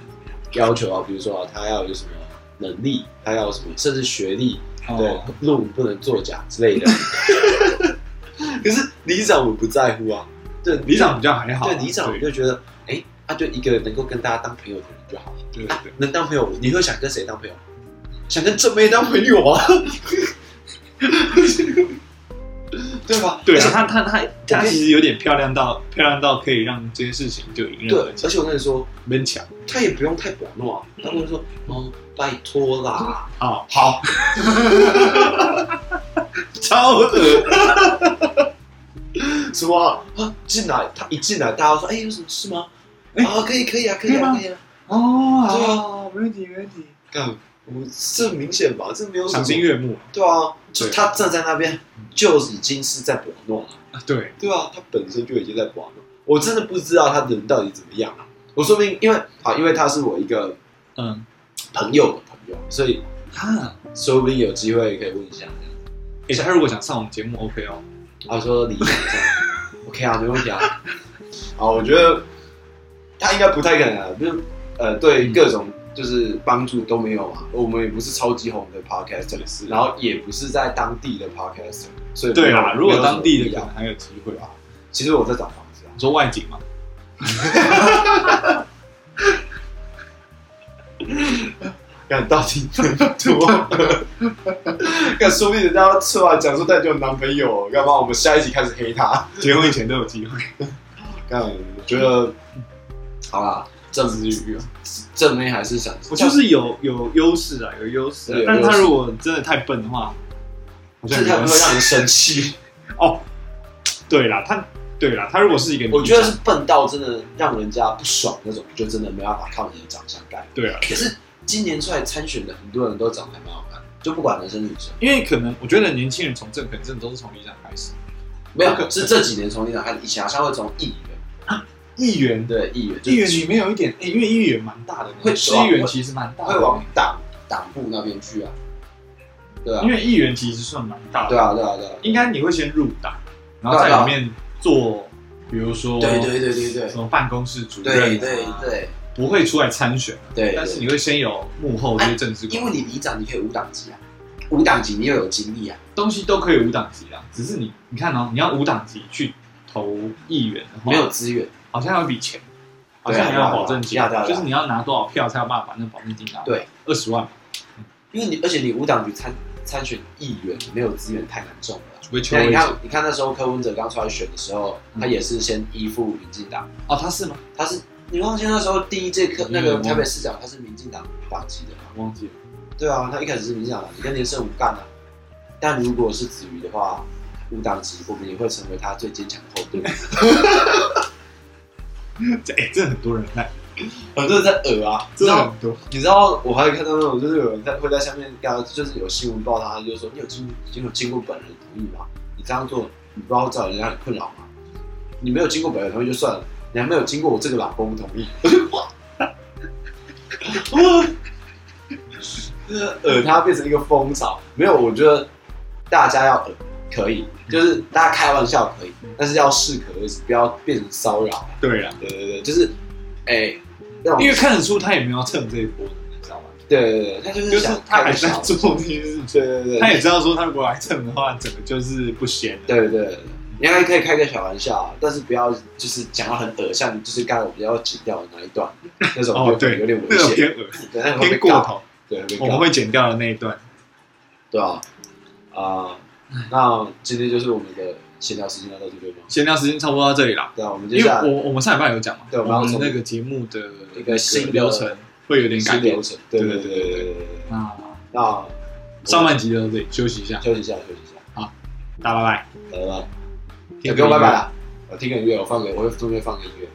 B: 要求啊，比如说、啊、他要有什么能力，他要有什么，甚至学历，对
A: 哦，，
B: 论文不能作假之类 的。可是里长我不在乎啊，对
A: 里长比较还好啊，
B: 对里长我就觉得，哎，他、就一个能够跟大家当朋友的人就好了。
A: 对对
B: 啊
A: 对，
B: 能当朋友，你会想跟谁当朋友？想跟正妹当朋友啊， 对吧？
A: 对
B: 而且
A: 啊，他他他他其实有点漂亮到漂亮到可以让这些事情就迎刃
B: 对
A: 而，解，
B: 而且我跟你说，
A: 闷强
B: 他也不用太管诺啊，他不会说哦，拜 托啦，
A: 好，
B: 好，
A: 超恶
B: 什么啊？啊进来，他一进来，大家都说，哎、有什么事吗？
A: 哎
B: 啊，可以，可以啊，可以
A: 可以
B: 啊，
A: 吗
B: 可以啊。
A: 哦，
B: 对啊
A: 好，没问题没问题，
B: 干，我这明显吧，这没有什
A: 赏
B: 么。
A: 心悦目
B: 对啊，就
A: 对
B: 他站在那边就已经是在玩弄了。
A: 啊，对，
B: 对啊，他本身就已经在玩弄。我真的不知道他人到底怎么样啊。我说不定因为啊，因为他是我一个
A: 嗯，
B: 朋友的朋友，所以
A: 哈，
B: 说不定有机会可以问一下。
A: 诶，他如果想上我们节目，OK 哦，
B: 他说理想这样，OK 啊，没问题啊。 啊，我觉得他应该不太可能、啊，就是呃，对各种就是帮助都没有啊。我们也不是超级红的 podcaster，
A: 是
B: 然后也不是在当地的 podcaster，所以没有
A: 对啦，如果当地
B: 没有
A: 的
B: 什
A: 可
B: 么
A: 能
B: 必
A: 还有机会
B: 要
A: 啊，
B: 啊，其实我在找房子啊
A: 你，说外景嘛，
B: 看到底能多，看说不定人家要吃完讲说带就有男朋友，干嘛？我们下一集开始黑他，
A: 结婚以前都有机会，
B: 看我觉得嗯好啦，政治欲啊，正妹还是想，
A: 我就是有有优势啊，有优势啊
B: 对，有
A: 但是
B: 优
A: 他
B: 势
A: 如果真的太笨的话，好
B: 这
A: 像没
B: 太
A: 关
B: 不
A: 系
B: 会让人生气。
A: 哦，对啦，他对啦，他如果是一个女生，
B: 我觉得是笨到真的让人家不爽那种，就真的没办法靠你的长相盖。
A: 对啊，
B: 可是今年出来参选的很多人都长得还蛮好看，就不管男生女生，
A: 因为可能我觉得年轻人从政，可能真的都是从理想开始。
B: 没有是这几年从立长开始，以前好像会从议员
A: 议员的
B: 对议员，就
A: 议员
B: 是
A: 里面有一点，哎、因为议员蛮大的，
B: 会
A: 市议员其实蛮大的，
B: 会往党党部那边去啊，对啊
A: 因，为议员其实算蛮大的，
B: 对啊，对啊，对啊，
A: 应该你会先入党，然后在里面做，比如说
B: 对对对对对
A: 什么办公室主任、啊，
B: 对对对
A: 不会出来参选、啊，
B: 对，哎
A: 但是你会先有幕后这些政治
B: 因
A: 工
B: 为
A: 作，
B: 你里长，你可以无党籍啊，无党籍你又有经历啊，
A: 东西都可以无党籍啊，只是你你看哦，你要无党籍去投议员的话，
B: 没有资源。
A: 好像要一笔钱，好像也要保证金
B: 对啊对啊对啊，
A: 就是你要拿多少票才有办法把那保证金拿。
B: 对，
A: 二十万，
B: 因为你而且你无党籍参参选议员，你没有资源太难中了。
A: 除非邱
B: 那你
A: 威
B: 看，你看那时候柯文哲刚出来选的时候，
A: 嗯
B: 他也是先依附民进党，
A: 哦，他是吗？
B: 他是你忘记那时候第一届柯
A: 嗯
B: 那个台北市长，他是民进党党籍的嘛？
A: 我忘记了。
B: 对啊，他一开始是民进党党籍，跟连胜武干啊。但如果是子瑜的话，无党籍，我们也会成为他最坚强 的后盾。
A: 这哎，这很多人看，
B: 很多人在恶啊，知
A: 真的
B: 道？
A: 很多。
B: 你知道我还有看到那种，就是有人在会在下面跟他，就是有新闻报他，他就说你有经你有经过本人同意吗？你这样做，你不要造成人家很困扰吗？你没有经过本人同意就算了，你还没有经过我这个老公同意， 我就哇，哇，就是耳呃他变成一个风潮。没有，我觉得大家要耳呃可以，就是大家开玩笑可以，但是要适可而止，不要变成骚扰。
A: 对啊，
B: 对对对，就是哎、那种
A: 因为看得出他也没有蹭这一波，你知道吗？
B: 对对对，他就是
A: 就是
B: 想
A: 他
B: 开
A: 还
B: 玩
A: 在
B: 笑。
A: 做这件事情，
B: 对对对，
A: 他也知道说他如果来蹭的话，整个就是不闲了。
B: 对对对，你还可以开个小玩笑，但是不要就是讲到很恶，像就是刚才我们要剪掉的那一段，那种
A: 哦，
B: 就
A: 对，
B: 有点危
A: 那种
B: 险，
A: 偏恶
B: 对，那个会被
A: 偏过
B: 告，
A: 头，
B: 对，会被
A: 我们
B: 告，
A: 会剪掉的那一段。
B: 对啊，啊，那今天就是我们的闲聊时间到这边吗？
A: 闲聊时间差不多到这里啦，
B: 对啊，我们接
A: 因为
B: 下来
A: 我我们上礼拜有讲嘛，
B: 对我们要
A: 们
B: 从
A: 那个节目的
B: 一个新的
A: 流程会有点改
B: 新
A: 变
B: 流。程，对对对对对对，对
A: 那
B: 那
A: 上半集就到这里，休息一下，
B: 休息一下，休息一下，
A: 大家拜
B: 拜拜，
A: 拜，
B: 也不用拜拜了，我听个音乐，我放个，我会中间放个音乐。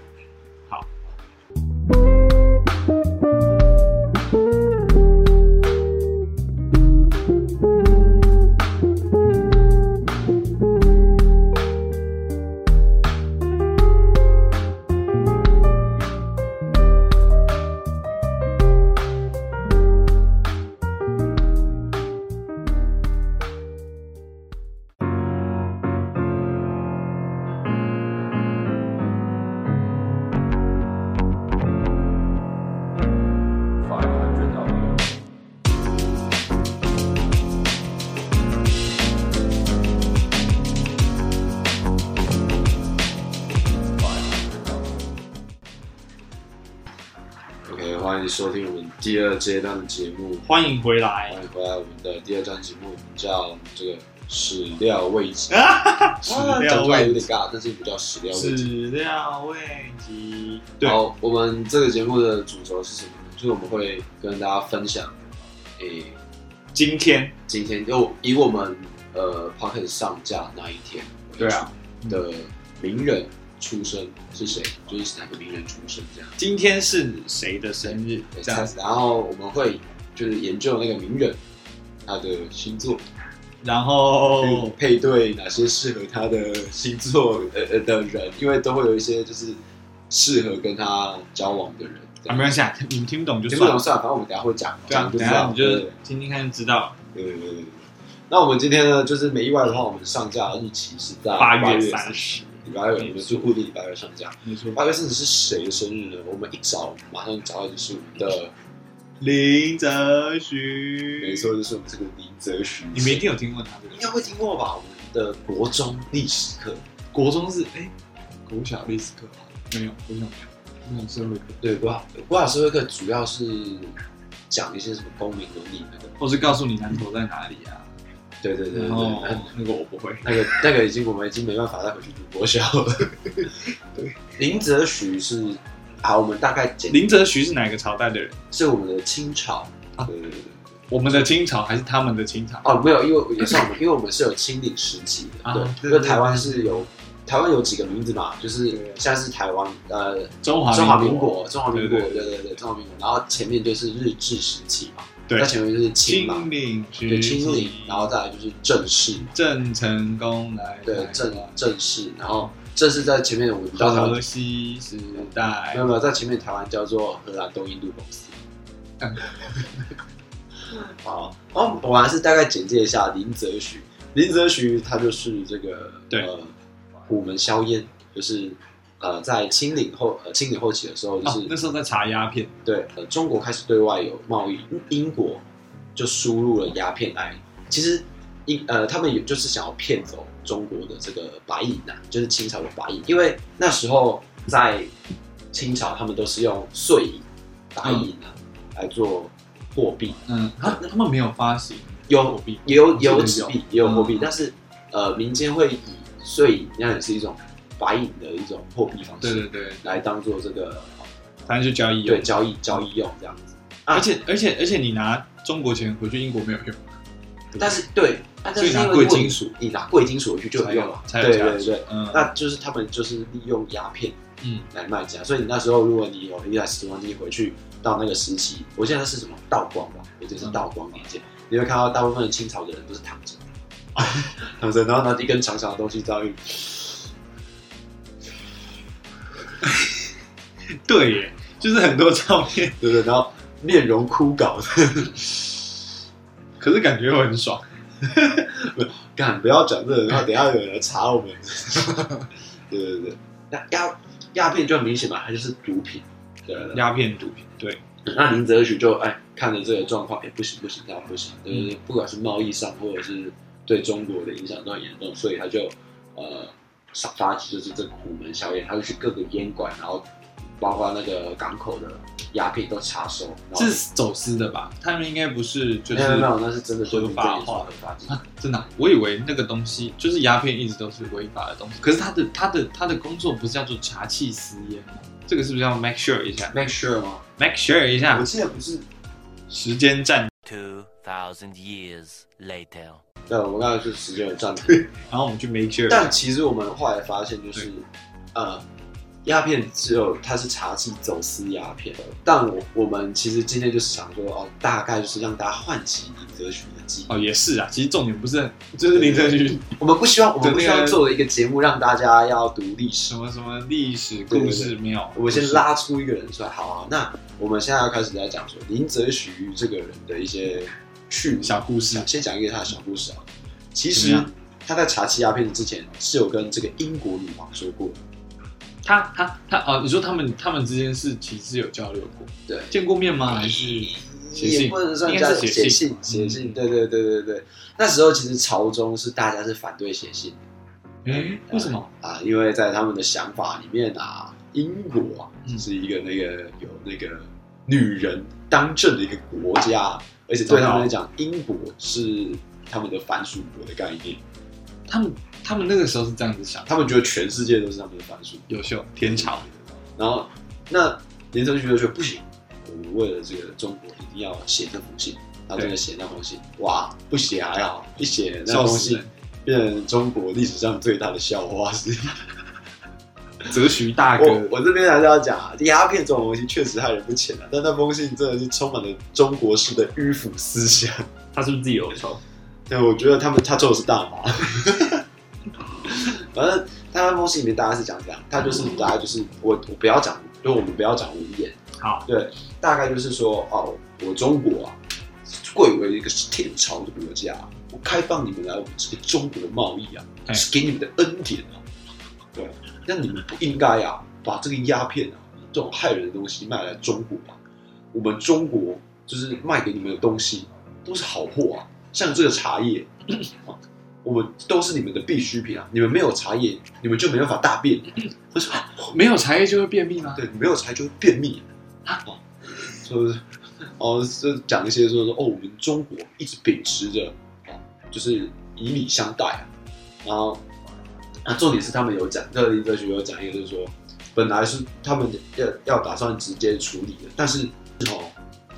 B: OK，欢迎收听我们第二阶段的节目。
A: 欢迎回 来。
B: 欢迎回来，我们的第二张节目叫这个始料未及，
A: 始
B: 啊
A: 料
B: 讲出来有
A: 未
B: 点尬，但是不叫始料未及。
A: 始料未及，对，
B: 好，我们这个节目的主轴是什么呢？就是我们会跟大家分享，诶、
A: 今天
B: 今天就以我们呃 p o c k e t 上架那一天为主
A: 对啊
B: 的名人出生是谁，就是哪个名人出生这样。
A: 今天是谁的生日？
B: 对
A: 这样子，
B: 然后我们会就是研究那个名人他的星座。
A: 然后
B: 去配对哪些适合他的星座呃呃的人，因为都会有一些就是适合跟他交往的人。这
A: 啊，
B: 样
A: 没关系啊，你们听不懂就
B: 听不
A: 算
B: 懂
A: 了。
B: 算了，反正我们等一下会讲，
A: 对啊，
B: 讲
A: 等一
B: 就知
A: 下
B: 道。
A: 你就
B: 对
A: 听听看就知道了。
B: 对对对对对那我们今天呢，就是没意外的话，我们上架的日期是在
A: 八
B: 月
A: 月三，十，
B: 礼拜二，我们是固定礼拜二上架。
A: 没错。
B: 八月三十是谁的生日呢？我们一找，马上找到就是我们的，
A: 嗯林则徐，
B: 没错，，就是我们这个林则徐。
A: 你们一定有听过他这
B: 应
A: 个。
B: 该会听过吧？我们的国中历史课，
A: 国中是哎，国小历史课没有，国小没有，没有社会课，
B: 对，国小国小社会课主要是讲一些什么公民伦理那个，
A: 或是告诉你南投在哪里啊。
B: 对对对对
A: 然后
B: 对，
A: 那个我不会。
B: 那个那个已经我们已经没办法再回去读国小了。 对，林则徐是好，我们大概简
A: 林则徐是哪个朝代的人？
B: 是我们的清朝
A: 啊
B: 对对对对
A: 我们的清朝还是他们的清朝？
B: 哦，没有，因为也算我们，因为我们是有清领时期
A: 啊
B: 的，
A: 对
B: 对，因为
A: 对
B: 台湾是有台湾有几个名字嘛，就是
A: 对
B: 现在是台湾呃
A: 中华
B: 中华民国，中华民国，
A: 对
B: 对
A: 对
B: 对对，中华民国，然后前面就是日治时期嘛，
A: 对
B: 那前面就是清嘛，
A: 清领
B: 对，
A: 时
B: 清理，
A: 期
B: 然后再来就是正式嘛，
A: 郑成功来
B: 对，
A: 台
B: 正
A: 湾
B: 正式，然后正式在前面我们叫台湾
A: 河，西时代
B: 没有没有，在前面台湾叫做荷兰东印度公司
A: 嗯。
B: 好，然后我还是大概简介一下林则徐。林则徐他就是这个
A: 对
B: 呃虎门销烟，就是呃在清领后呃清领后期的时候，就
A: 哦
B: 是，
A: 那时候在查鸦片，
B: 对，呃，中国开始对外有贸易，英国就输入了鸦片来。其实英呃，他们也就是想要骗走中国的这个白银呐、就是清朝的白银，因为那时候在清朝他们都是用碎银、白银啊、来做货币，
A: 嗯啊，他们没有发行
B: 有
A: 货币，
B: 也有
A: 我
B: 也有
A: 记
B: 纸
A: 得有
B: 币，也有货币
A: 嗯，
B: 但是呃，民间会以碎银，那也是一种白银的一种货币方
A: 对对
B: 式，
A: 对，
B: 来当做这个
A: 反正就交易用
B: 对。交易交易用这样子。啊
A: 而且而且而且你拿中国钱回去英国没有用，
B: 但是对，啊但
A: 所以
B: 是
A: 拿
B: 因为
A: 贵
B: 如果
A: 金
B: 你
A: 属
B: 你拿贵金属回去就有
A: 才
B: 用了，
A: 才
B: 对
A: 有价
B: 对
A: 值
B: 对，
A: 嗯
B: 那就是他们就是利用鸦片
A: 嗯
B: 来卖家，所以你那时候如果你有一台时光机回去到那个时期，我记得那是什么道光吧，也就是道光年间，你会看到大部分的清朝的人都是躺着，躺着，然后拿一根长长的东西遭遇，
A: 对耶，就是很多照片，
B: 对不对？然后面容枯槁的，
A: 可是感觉会很爽。
B: 干不要讲这个，然后等一下有人来查 我们，对对对，那鸦鸦片就很明显嘛，它就是毒品，对对对
A: 鸦片毒品，对，
B: 那林则徐就哎看着这个状况，哎不行不行，这样不行，就是不管是贸易上或者是对中国的影响都很严重，所以他就呃想发起就是这个虎门销烟，他就去各个烟馆，然后包括那个港口的鸦片都查收，然后
A: 这是走私的吧？他们应该不是就
B: 没
A: 是
B: 有没有，那是真的
A: 合法化
B: 合法的。
A: 啊，真的啊、我以为那个东西就是鸦片，一直都是违法的东西。可是他的他的他的工作不是叫做查气私烟吗？这个是不是要 make sure 一下
B: Make sure 吗？
A: ？make sure 一下
B: 我，记得不是，
A: 时间站。
D: 2,000 years later.
B: 对，我刚才是时间有暂停。
A: 然后我们去 make sure，
B: 但其实我们后来发现，就是呃，鸦片只有它是茶气走私鸦片，但我我们其实今天就是想说，哦，大概就是让大家唤起林则徐的记忆。
A: 哦也是啊，其实重点不是很就是林则徐
B: 我们不希望我们不希
A: 对那
B: 望
A: 个
B: 做一个节目让大家要读历
A: 什，
B: 史
A: 么什么历史
B: 对对
A: 故
B: 对
A: 事没有，
B: 我们先拉出一个人出来。好啊，那我们现在要开始来讲说林则徐这个人的一些趣闻
A: 小故事
B: 先讲一个他的小故事啊。其
A: 怎
B: 实
A: 么样
B: 他在查缉鸦片之前是有跟这个英国女王说过的，
A: 他他他哦，你说他们他们之间是其实有交流过，
B: 对，
A: 见过面
B: 啊
A: 吗？还是写信
B: 也不能算叫写信，嗯写信，对对对对对。那时候其实朝中是大家是反对写信
A: 诶，为什么？
B: 啊，因为在他们的想法里面啊，英国啊
A: 嗯
B: 是一个那个有那个女人当政的一个国家，而且对啊他们来讲，英国是他们的藩属国的概念，
A: 他们他们那个时候是这样子想，
B: 他们觉得全世界都是他们的藩属国。
A: 优秀天朝，
B: 然后那林则徐就觉得不行，我们为了这个中国一定要写这封信，他真的写那封信，哇，不写还好，一写那
A: 笑
B: 封
A: 死
B: 信
A: 人，
B: 变成中国历史上最大的笑话之一。
A: 哲学大哥，
B: 我我这边还是要讲啊，鸦片这种东西确实害人不浅啊，但那封信真的是充满了中国式的迂腐思想。
A: 他是不是自己有仇？
B: 对，我觉得他们他做的是大麻。 反正他那封信里面大概是讲这样，他就是大概就是我我不要讲，就我们不要讲无言。
A: 好，
B: 对，大概就是说，哦，我中国啊，贵为一个天朝的国家，我开放你们来我们这个中国的贸易啊，
A: 哎
B: 是给你们的恩典啊。对，那你们不应该啊，把这个鸦片啊这种害人的东西卖来中国啊，我们中国就是卖给你们的东西都是好货啊，像这个茶叶。啊我们都是你们的必需品啊！你们没有茶叶，你们就没办法大便。 我说，啊
A: 没有茶叶就会便秘吗？
B: 对，你没有才就会便秘啊。哦，就是哦，就讲一些说说哦，我们中国一直秉持着啊，就是以礼相待啊。然后啊，重点是他们有讲，这个林则徐有讲一个，就是说本来是他们要要打算直接处理的，但是哦，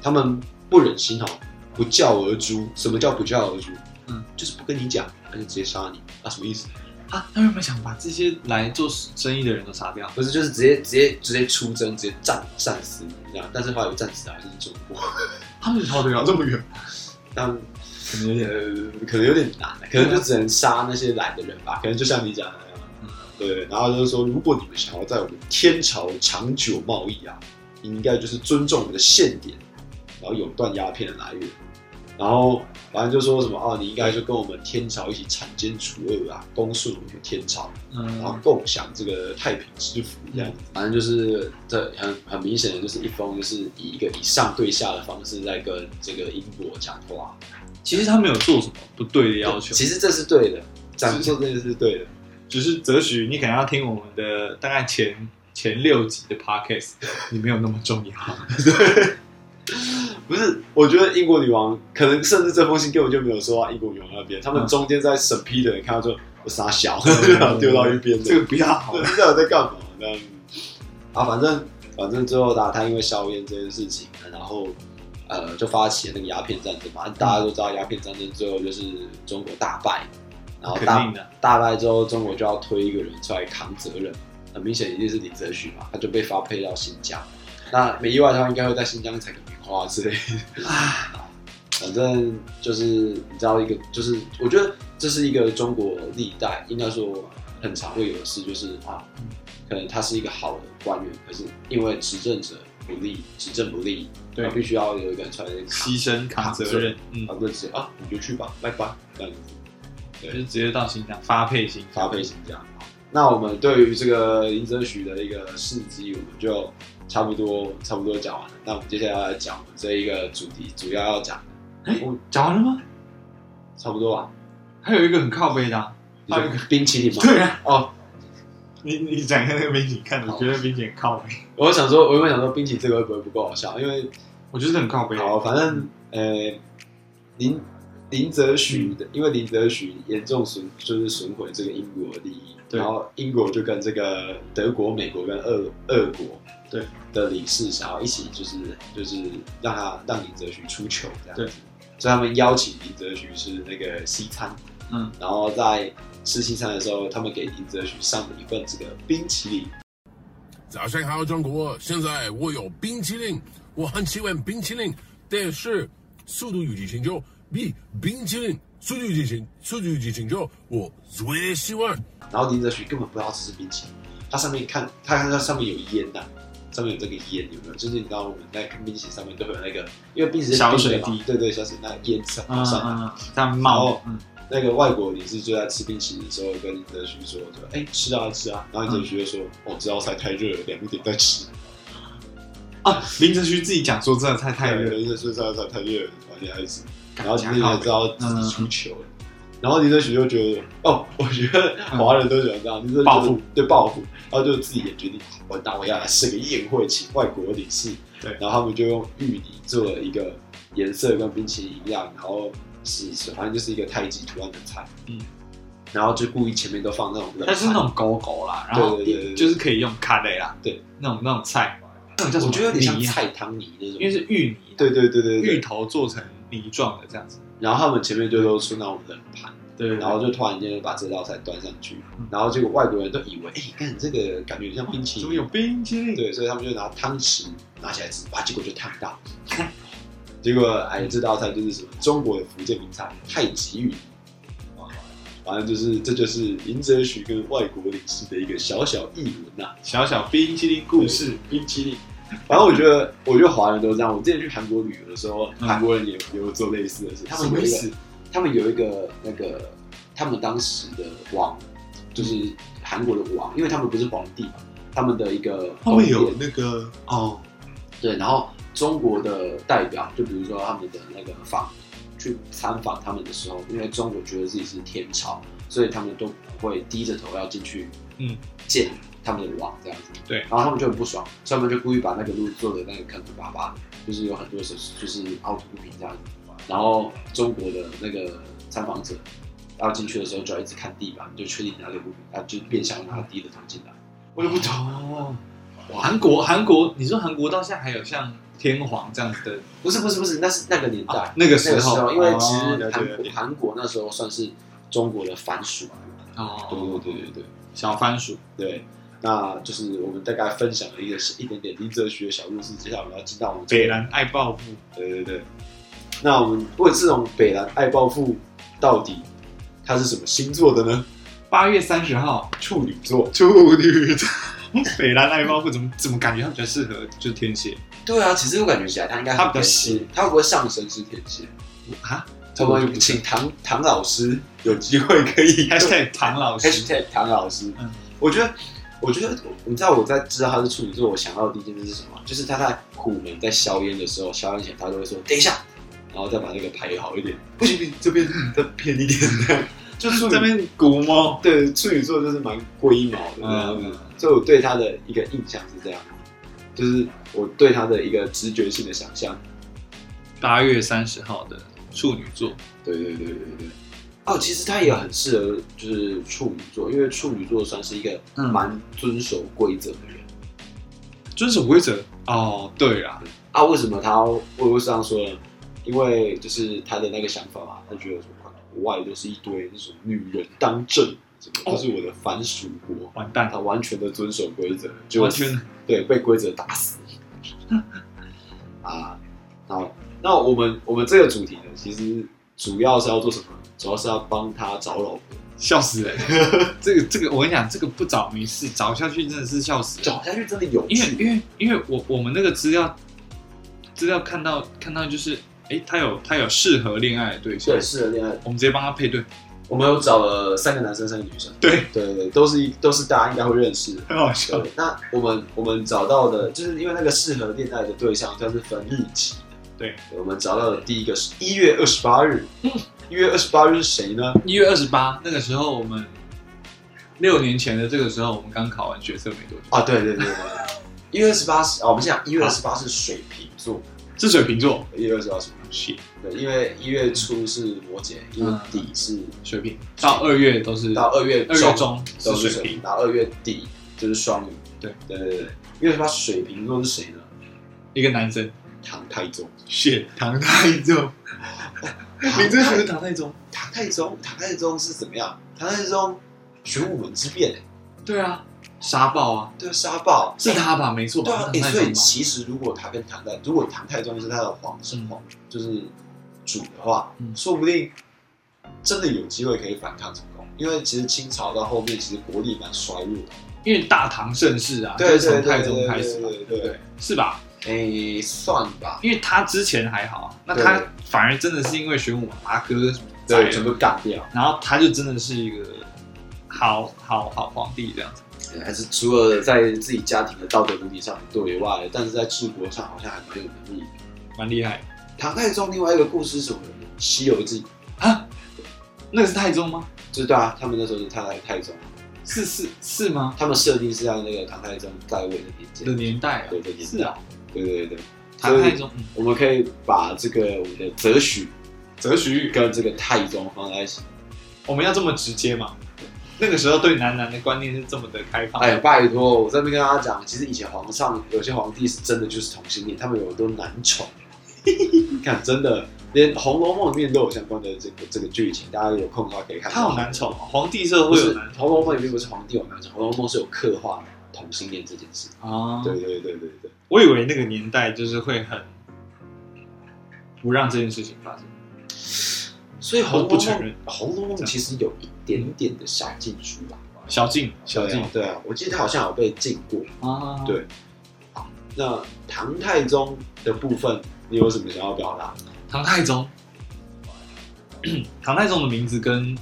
B: 他们不忍心哦，不教而诛。什么叫不教而诛？
A: 嗯，
B: 就是不跟你讲，他就直接杀你啊？什么意思？
A: 啊，他们有没有想把这些来做生意的人都杀掉？
B: 不是，就是直接直接直接出征，直接战战死你这样。但是后来有战死啊，就是中国，
A: 他们逃得了哦啊这么远？
B: 但
A: 可能有点
B: 呃可能有点难，可能就只能杀那些懒的人吧。可能就像你讲的那样
A: 嗯，
B: 对。然后就是说，如果你们想要在我们天朝长久贸易啊，你应该就是尊重我们的限点，然后垄断鸦片的来源。然后反正就说什么哦，你应该就跟我们天朝一起铲奸除恶啊，恭顺我们天朝。然后
A: 嗯，
B: 共享这个太平之福这样子。反正就是这很很明显的，就是一封就是以一个以上对下的方式在跟这个英国讲话。
A: 其实他没有做什么不对的要求，
B: 其实这是对的，讲做这个是对的。
A: 只是哲学，你可能要听我们的大概前前六集的 podcast，你没有那么重要。
B: 不是，我觉得英国女王可能甚至这封信根本就没有收到英国女王那边，他们
A: 嗯
B: 中间在审批的人看到就我傻小， 就把它丢到一边的。
A: 这个不要好
B: 对，不知道在干嘛这样子。啊，反正反正最后大他因为硝烟这件事情，啊然后呃就发起了那个鸦片战争嘛。大家都知道鸦片战争最后就是中国大败，然后
A: 肯
B: 大
A: 定的，
B: 大败之后，中国就要推一个人出来扛责任，很明显一定是李泽钧嘛，他就被发配到新疆。那没意外的话，应该会在新疆采个棉花之类的。反正就是你知道一个，就是我觉得这是一个中国历代应该说很常会有的事，就是啊，可能他是一个好的官员，可是因为执政者不利，执政不利，
A: 对
B: 他必须要有一个人出来 扛
A: 牺牲扛责任，嗯，
B: 扛责任啊，你就去吧，拜拜，这样子。
A: 就直接到新疆发配新疆，
B: 发配新疆。那我们对于这个林则徐的一个事迹，我们就差不多差不多讲完了。那我们接下来要来讲我们这一个主题，主要要讲
A: 哎，讲完了吗？
B: 差不多吧？
A: 还有一个很靠背的啊，
B: 你说
A: 还有一个
B: 冰淇淋吗？
A: 对啊，
B: 哦，
A: 你你讲一下那个冰淇淋看，
B: 好
A: 我觉得冰淇淋很靠背，
B: 我想说，我原本想说冰淇淋这个会不会不够好笑？因为
A: 我觉得很靠背。
B: 好，反正
A: 嗯
B: 呃，林林则徐的，因为林则徐严重损就是损毁这个英国的利益，
A: 对
B: 然后英国就跟这个德国、美国跟俄俄国
A: 对
B: 的理事想要一起就是就是让他让林则徐出糗这样
A: 对
B: 子，所以他们邀请林则徐吃那个西餐，
A: 嗯，
B: 然后在吃西餐的时候，他们给林则徐上了一份这个冰淇淋，
E: 早上好，中国！现在我有冰淇淋，我很喜欢冰淇淋，但是《速度与激情就比冰淇淋《速度与激情》《速度与激情就我最喜欢。
B: 然后林则徐根本不知道这是冰淇淋，他上面看，他看它上面有烟呐、上面有这个烟有没有？就是你知道我们在看冰淇淋上面都会有那个，因为冰淇淋是
A: 小水
B: 冰的嘛
A: 滴
B: 对对，小水那个烟上
A: 嗯
B: 上来。
A: 嗯，嗯他们冒
B: 好，
A: 嗯
B: 那个外国理事就在吃冰淇淋的时候跟林则徐说：“说哎、吃啊吃啊。”然后林
A: 嗯
B: 则徐就说：“哦，这道菜太热了，两点再吃。
A: 啊，林则徐自己讲说真的太”太热了，
B: 林则徐说：“这道菜太热了，晚点再吃。”
A: 感
B: 然后林
A: 觉嗯
B: 则徐
A: 靠
B: 才
A: 背
B: 知道自己出糗了。然后林则徐就觉得，哦，我觉得华人都喜欢这样，林则徐就
A: 嗯报复
B: 对报复，然后就自己也决定，我那我要来设个宴会，请外国领事。
A: 对
B: 然后他们就用芋泥做了一个颜色跟冰淇淋一样，然后是反正就是一个太极图案的菜，
A: 嗯，
B: 然后就故意前面都放那种冷
A: 它
B: 菜，
A: 是那种狗狗啦，然后
B: 对对对对
A: 就是可以用卡雷啦，
B: 对，
A: 那种那种菜，那种叫什么
B: 我觉得有点像
A: 泥啊
B: 菜汤泥那种，
A: 因为是芋泥，啊
B: 对对对对
A: 芋
B: 对，
A: 头做成泥状的这样子，
B: 然后他们前面就都出那种冷盘。
A: 对
B: 然后就突然间把这道菜端上去
A: 嗯，
B: 然后结果外国人都以为，哎、看这个感觉很像冰淇
A: 怎
B: 淋，
A: 么有冰淇淋？
B: 对，所以他们就拿汤匙拿起来吃，哇，结果就烫到， 结果哎，这道菜就是什么中国的福建名菜太极芋泥，哇反正就是这就是林则徐跟外国领事的一个小小译文呐、
A: 小小冰淇淋故事，
B: 冰淇淋。反正我觉得，我觉得华人都这样。我之前去韩国旅游的时候，
A: 嗯
B: 韩国人也也有做类似的事，他们有一个
A: 什么意思
B: 他们有一个那个他们当时的王，就是
A: 嗯
B: 韩国的王，因为他们不是皇帝嘛，他们的一个
A: 他们
B: 宫
A: 有
B: 殿
A: 那个
B: 哦，对，然后中国的代表，就比如说他们的那个访去参访他们的时候，因为中国觉得自己是天朝，所以他们都不会低着头要进去，
A: 嗯，
B: 见他们的王这样子。
A: 对
B: 然后他们就很不爽，所以他们就故意把那个路做的那个坑坑巴巴的，就是有很多手就是凹凸不平这样子。然后中国的那个参访者要进去的时候，就要一直看地板，就确定哪里不平，然后就变相让他低着头进来。我就不懂，
A: 懂。韩国，韩国，你说韩国到现在还有像天皇这样子的啊
B: 不是不是不是，那是那个年代，
A: 那个
B: 哦那个时候，因为其
A: 哦
B: 实
A: 了解
B: 韩
A: 了
B: 国
A: 解
B: 韩国那时候算是中国的藩属，对
A: 哦，
B: 对对对对
A: 小番薯，
B: 对，那就是我们大概分享了一个一点点林则徐的小故事，接下来我们要进到我们
A: 北兰爱报复，
B: 对对对，那我们为这种北兰爱暴富到底他是什么星座的呢？
A: 八月三十号，
B: 处女座。
A: 处女座， 北兰爱报复怎么怎么感觉他比较适合就是天蝎
B: 对啊，其实我感觉起来他应该
A: 他比较
B: 很
A: 细
B: 天蝎，他会不会上升是天蝎？
A: 啊？
B: 我们请唐唐老师有机会可 以
A: #hashtag 唐老师，
B: hashtag 唐老师，
A: 嗯
B: 我觉得，我觉得，你知道我在知道他是处女座，我想到的第一件事是什么？就是他在虎门在硝烟的时候，硝烟前嗯他都会说等一下，然后再把那个排好一点，不行不行，这边再偏一点， 就是
A: 这边鼓吗？
B: 对处女座就是蛮龟毛的这样子，
A: 嗯
B: 所以我对他的一个印象是这样，就是我对他的一个直觉性的想象。
A: 八月三十号的处女座，
B: 对对对对对。哦，其实他也很适合就是处女座，因为处女座算是一个
A: 嗯
B: 蛮遵守规则的人、
A: 遵守规则哦。对啦，
B: 啊。为什么他会会这样说呢？因为就是他的那个想法嘛，他觉得什么国外都是一堆那种女人当政，什么都是我的藩属国，
A: 完蛋
B: 他，完全的遵守规则，就
A: 完全
B: 对被规则打死 啊。好，那我们我们这个主题呢，其实主要是要做什么？主要是要帮他找老婆，
A: 笑死人！ 这个这个，我跟你讲，这个不找没事，找下去真的是笑死人。
B: 找下去真的有
A: 因为
B: 趣。
A: 因为因为我我们那个资料资料看到看到就是，诶，他有他有适合恋爱的对象
B: 对，，适合恋爱。
A: 我们直接帮他配对，
B: 我们有找了三个男生，三个女生。
A: 对，
B: 对对对，都是都是大家应该会认识的。
A: 很好笑。
B: 对，那我们我们找到的，就是因为那个适合恋爱的对象，它是分日期的。
A: 对，
B: 我们找到的第一个是一月二十八日。一月二十八日是谁呢？
A: 一月二十八那个时候，我们六年前的这个时候，我们刚考完学测没多久，
B: 啊，对对对对对，一月二十八是啊，我们先讲一月二十八是水瓶座，
A: 是水瓶座，
B: 一月二十八是水瓶
A: 是
B: 座对，因为一月初是摩羯，一月底是、
A: 水瓶，到二月都是
B: 到二月
A: 嗯二月中
B: 都
A: 是
B: 是
A: 水
B: 水
A: 瓶
B: 瓶，，然后二月底就是双鱼。
A: 对
B: 对对对，一月二十八水瓶座是谁呢？
A: 一个男生，
B: 唐太宗。
A: 是唐太宗，你这不是唐太宗？
B: 唐太宗，唐太宗是怎么样？唐太宗玄武门之变、欸，
A: 对啊，杀爆啊，
B: 对啊，杀爆
A: 是。他吧？没错
B: 对
A: 吧
B: 啊，？
A: 唐
B: 哎、
A: 太
B: 所
A: 宗吧？
B: 以其实如果他跟唐代，如果唐太宗是他的皇是
A: 嗯
B: 皇，就是主的话，
A: 嗯
B: 说不定真的有机会可以反抗成功。因为其实清朝到后面，其实国力蛮衰弱的。
A: 因为大唐盛世啊，就
B: 对
A: 是
B: 对对
A: 从
B: 对
A: 太宗开始嘛，
B: 对
A: 对
B: 对对
A: 不对？是吧？
B: 哎、算吧，
A: 因为他之前还好啊，那
B: 对
A: 他反而真的是因为玄武阿哥什么宰
B: 对，
A: 了
B: 全部干掉。
A: 然后他就真的是一个好好好皇帝这样子。
B: 对还是除了在自己家庭的道德伦理上不对以外，但是在治国上好像还蛮有能力的。
A: 蛮厉害
B: 唐太宗另外一个故事是什么呢？《西游记》
A: 啊。那个是太宗吗？
B: 就是对啊，他们那时候是他来太宗，
A: 是是是吗？
B: 他们设定是在那个唐太宗在位的年间
A: 的年代啊
B: 对对，对
A: 是啊，
B: 对对对，
A: 唐太宗，嗯
B: 我们可以把这个我们的哲学
A: 哲学
B: 跟这个太宗放在一起。
A: 我们要这么直接吗？那个时候对男男的观念是这么的开放，
B: 哎，拜托，我这边跟大家讲，其实以前皇上有些皇帝是真的就是同性恋，他们有很多男 宠。你看，真的，连《红楼梦》里面都有相关的这个这个剧情，大家有空的话可以看。
A: 他有男宠，皇帝社
B: 不
A: 会有
B: 是
A: 男
B: 《红楼梦》里面不是皇帝有男宠，《红楼梦》是有刻画同性恋这件事。
A: 啊
B: 对对对对对。
A: 我以为那个年代就是会很不让这件事情发生，
B: 所以《
A: 我
B: 红楼
A: 不
B: 梦
A: 承认》
B: 《红楼梦》其实有一点点的小禁书吧，
A: 小静，小静
B: 对啊对啊，我记得好像有被禁过。
A: 啊
B: 对那唐太宗的部分，你有什么想要表达？
A: 唐太宗，唐太宗的名字跟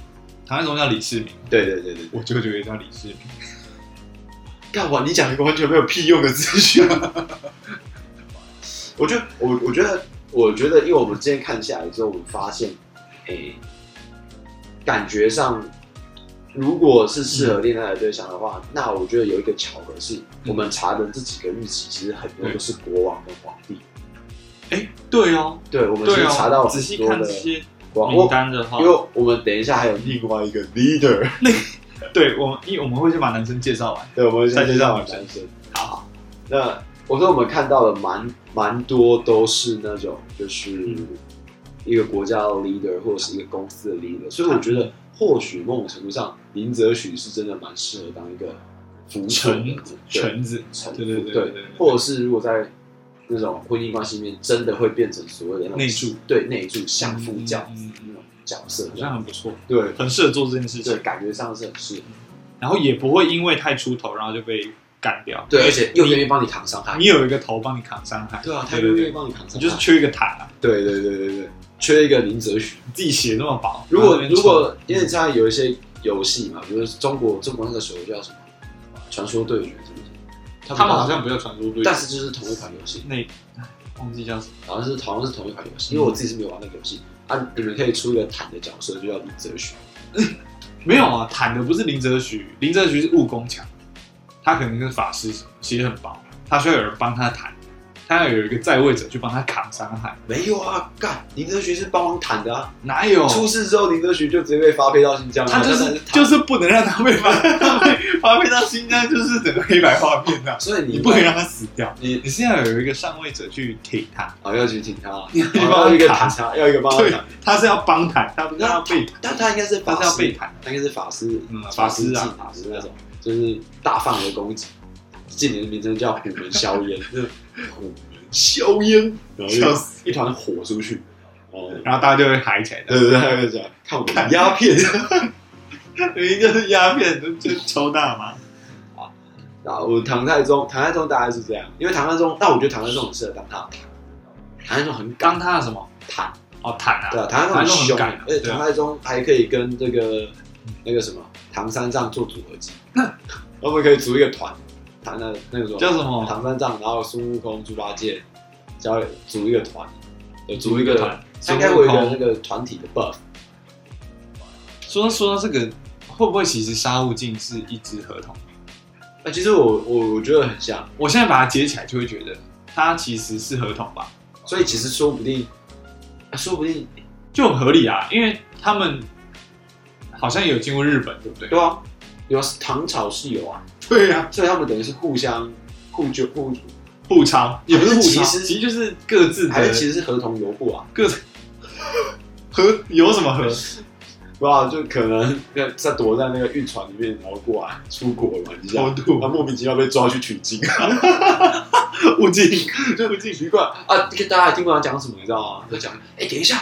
A: 唐太宗叫李世民，
B: 对对对对对，
A: 我舅舅也叫李世民，
B: 干完你讲一个完全没有屁用的资讯。啊 我觉得，我我觉得，我觉得，因为我们之前看下来之后，我们发现，诶、感觉上，如果是适合恋爱的对象的
A: 嗯
B: 话，那我觉得有一个巧合是，我们查的这几个日期，其实很多都是国王跟皇帝。
A: 哎，对哦，
B: 对，我们是
A: 对
B: 查到
A: 哦，
B: 很
A: 仔细
B: 多
A: 看
B: 的
A: 这些
B: 国
A: 名
B: 王，
A: 单的话
B: 因，为我们等一下还有另外一个 leader。
A: 对我们，因为我们会先把男生介绍完，
B: 对，我们
A: 再
B: 先
A: 介
B: 介
A: 绍
B: 绍
A: 女
B: 女
A: 生
B: 生。
A: 好好，
B: 那我说我们看到的蛮蛮多都是那种就是
A: 嗯
B: 一个国家的 leader 或者是一个公司的 leader，所以我觉得或许某种程度上林则徐是真的蛮适合当一个辅
A: 臣
B: 臣
A: 臣子，
B: 臣
A: 对对
B: 对
A: 对对对
B: 或者是如果在那种婚姻关系里面真的会变成所谓的那种
A: 内助，
B: 对内助相夫教子
A: 嗯嗯嗯
B: 那种角色
A: 好，像很不错，
B: 对
A: 很适合做这件事
B: 对，
A: 情，
B: 感觉上是很适合，
A: 然后也不会因为太出头，然后就被干掉，
B: 对，而且又愿意帮你扛伤害
A: 你，有一个头帮你扛伤害，
B: 对啊，他
A: 对对
B: 又愿意
A: 对，
B: 帮你扛
A: 你
B: 伤害，
A: 就是缺一个塔啊，
B: 对对对对对，缺一个林则徐。
A: 自己写那么薄，
B: 如果
A: 然后在那边
B: 如果
A: 抽
B: 因为现在有一些游戏嘛，比如说中国中国那个手游叫什么《传说对决》，是不是？他
A: 他们好像不叫传说对，
B: 但是就是同一款游戏，
A: 那哎忘记叫什么，
B: 好像是好像是同一款游戏，因为我自己是没有玩那个游戏啊。你们可以出一个坦的角色，就叫林则徐，
A: 没有啊，坦的不是林则徐，林则徐是武功强，他可能是法师什么，血很薄，他需要有人帮他弹，他要有一个在位者去帮他扛伤害，
B: 没有啊，干林则徐是帮忙坦的啊。
A: 哪有？
B: 出事之后，林则徐就直接被发配到新疆了，，
A: 他就是就是是不能让他被发他被发配到新疆，就是整个黑白画面啊，
B: 所以
A: 你
B: 你
A: 不可以让他死掉，
B: 你
A: 你是要有一个上位者去挺他，
B: 啊要去挺他，啊
A: 你
B: 要一个坦他，要一个帮他
A: 对
B: 坦。，
A: 他是要帮弹，他不是
B: 那
A: 要
B: 他
A: 被弹，
B: 但他应该是
A: 他
B: 法
A: 是要被
B: 师，
A: 弹，
B: 他应该是法师
A: 嗯，法师啊
B: 技法师那种，就是大范围攻击。近年的名称叫虎门硝 烟，就是虎门硝烟，然后
A: 笑
B: 就
A: 死
B: 一团火出去，哦，
A: 然后大家就会嗨起来，
B: 对对对，他就讲看我们鸦 片，
A: 有一个是鸦片，就就抽大麻。
B: 然后唐太宗，唐太宗大概是这样，因为唐太宗，但我觉得唐太宗很适合当他的坦，唐太宗很敢
A: 刚他的什么？
B: 坦，
A: 哦，坦啊，
B: 对啊，唐太宗很凶，
A: 坦啊
B: 而且唐太宗还可以跟这个那个什么唐三藏做组合技， 我们可以组一个团，唐的那个什么
A: 叫什么？
B: 唐三藏，然后孙悟空、猪八戒，然后组一个团，呃，组一个团，
A: 孙
B: 应
A: 悟
B: 该会有一个
A: 空
B: 那个团体的 buff，
A: 说说到这个，会不会其实沙悟净是一只合同？
B: 那其实我我我觉得很像，
A: 我现在把它接起来，就会觉得它其实是合同吧，
B: 所以其实说不定，啊说不定
A: 就很合理啊，因为他们好像也有进过日本，对不对？
B: 对啊，有啊，唐朝是有啊，
A: 对呀、啊，
B: 所以他们等于是互相互救互，
A: 互抄也不是互抄，
B: 还是其实
A: 其实就是各自
B: 还是其
A: 的
B: 实是合同游步啊，
A: 各自 合有什么合？
B: 不知道就可能在在躲在那个运船里面，然后过来出国玩一下
A: 偷，渡
B: 然后莫名其妙被抓去取经，啊
A: 悟净，
B: 就很奇怪啊！这个大家也听不懂他讲什么，你知道吗？就讲，哎、等一下，《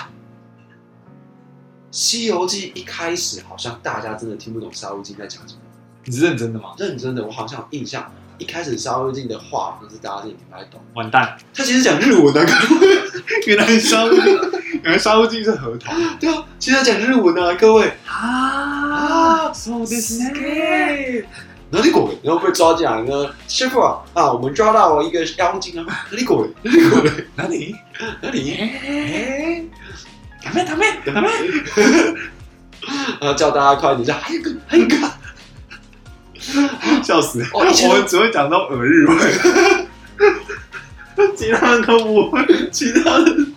B: 西游记》一开始好像大家真的听不懂沙悟净在讲什么，
A: 你是认真的吗？
B: 认真的，我好像有印象。一开始沙悟净的话，好像是大家真的听不太懂。
A: 完蛋，
B: 他其实讲日文的、啊
A: 原来沙悟净，原来沙悟净是合同。
B: 对啊，其实他讲日文啊，各位。
A: 啊，そうですね。
B: 哪里鬼？然后被抓进来呢？师傅啊，啊，我们抓到一个妖精啊！哪里鬼？哪里鬼？
A: 哪里？
B: 哪里？
A: 哎，ダメダメダメ。
B: 然后叫大家快点叫，还有一个，还有一个。
A: 笑死！
B: 哦以前
A: 我们只会讲到耳日文， 其他人都不会，其他人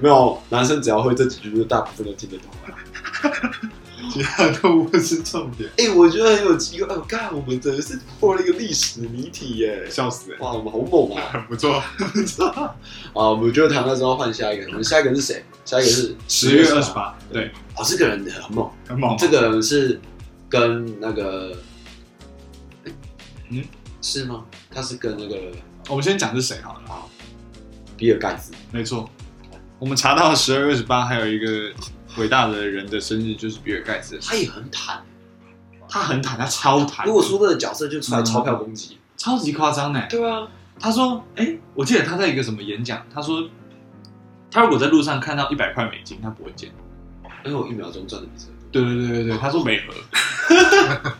B: 没有，男生只要会这几句，就大部分都听得懂了。
A: 其他人都不是重点，
B: 哎、我觉得很有机会。哎，我看我们真的是破了一个历史谜题耶！
A: 笑死！
B: 哇，我们好猛啊！
A: 很不错，
B: 啊，我们就谈到之后换下一个，我们下一个是谁？下一个是
A: 十月二十。八，对，
B: 哦，这个人很猛，
A: 很猛。
B: 这个人是跟那个，哎
A: 嗯，
B: 是吗？他是跟那个
A: 我们先讲是谁好了，
B: 啊，比尔盖茨。
A: 没错，我们查到十二月二十八还有一个伟大的人的生日，就是比尔盖茨的生日。
B: 他也很坦。
A: 他很坦，他超坦，嗯
B: 如果说这个角色就出来钞票攻击，
A: 超级夸张呢。
B: 对啊，
A: 他说：“哎、我记得他在一个什么演讲，他说，他如果在路上看到一百块美金，他不会捡。
B: 因为哎我一秒钟赚的比这个多。
A: 对对对对对，他说没合。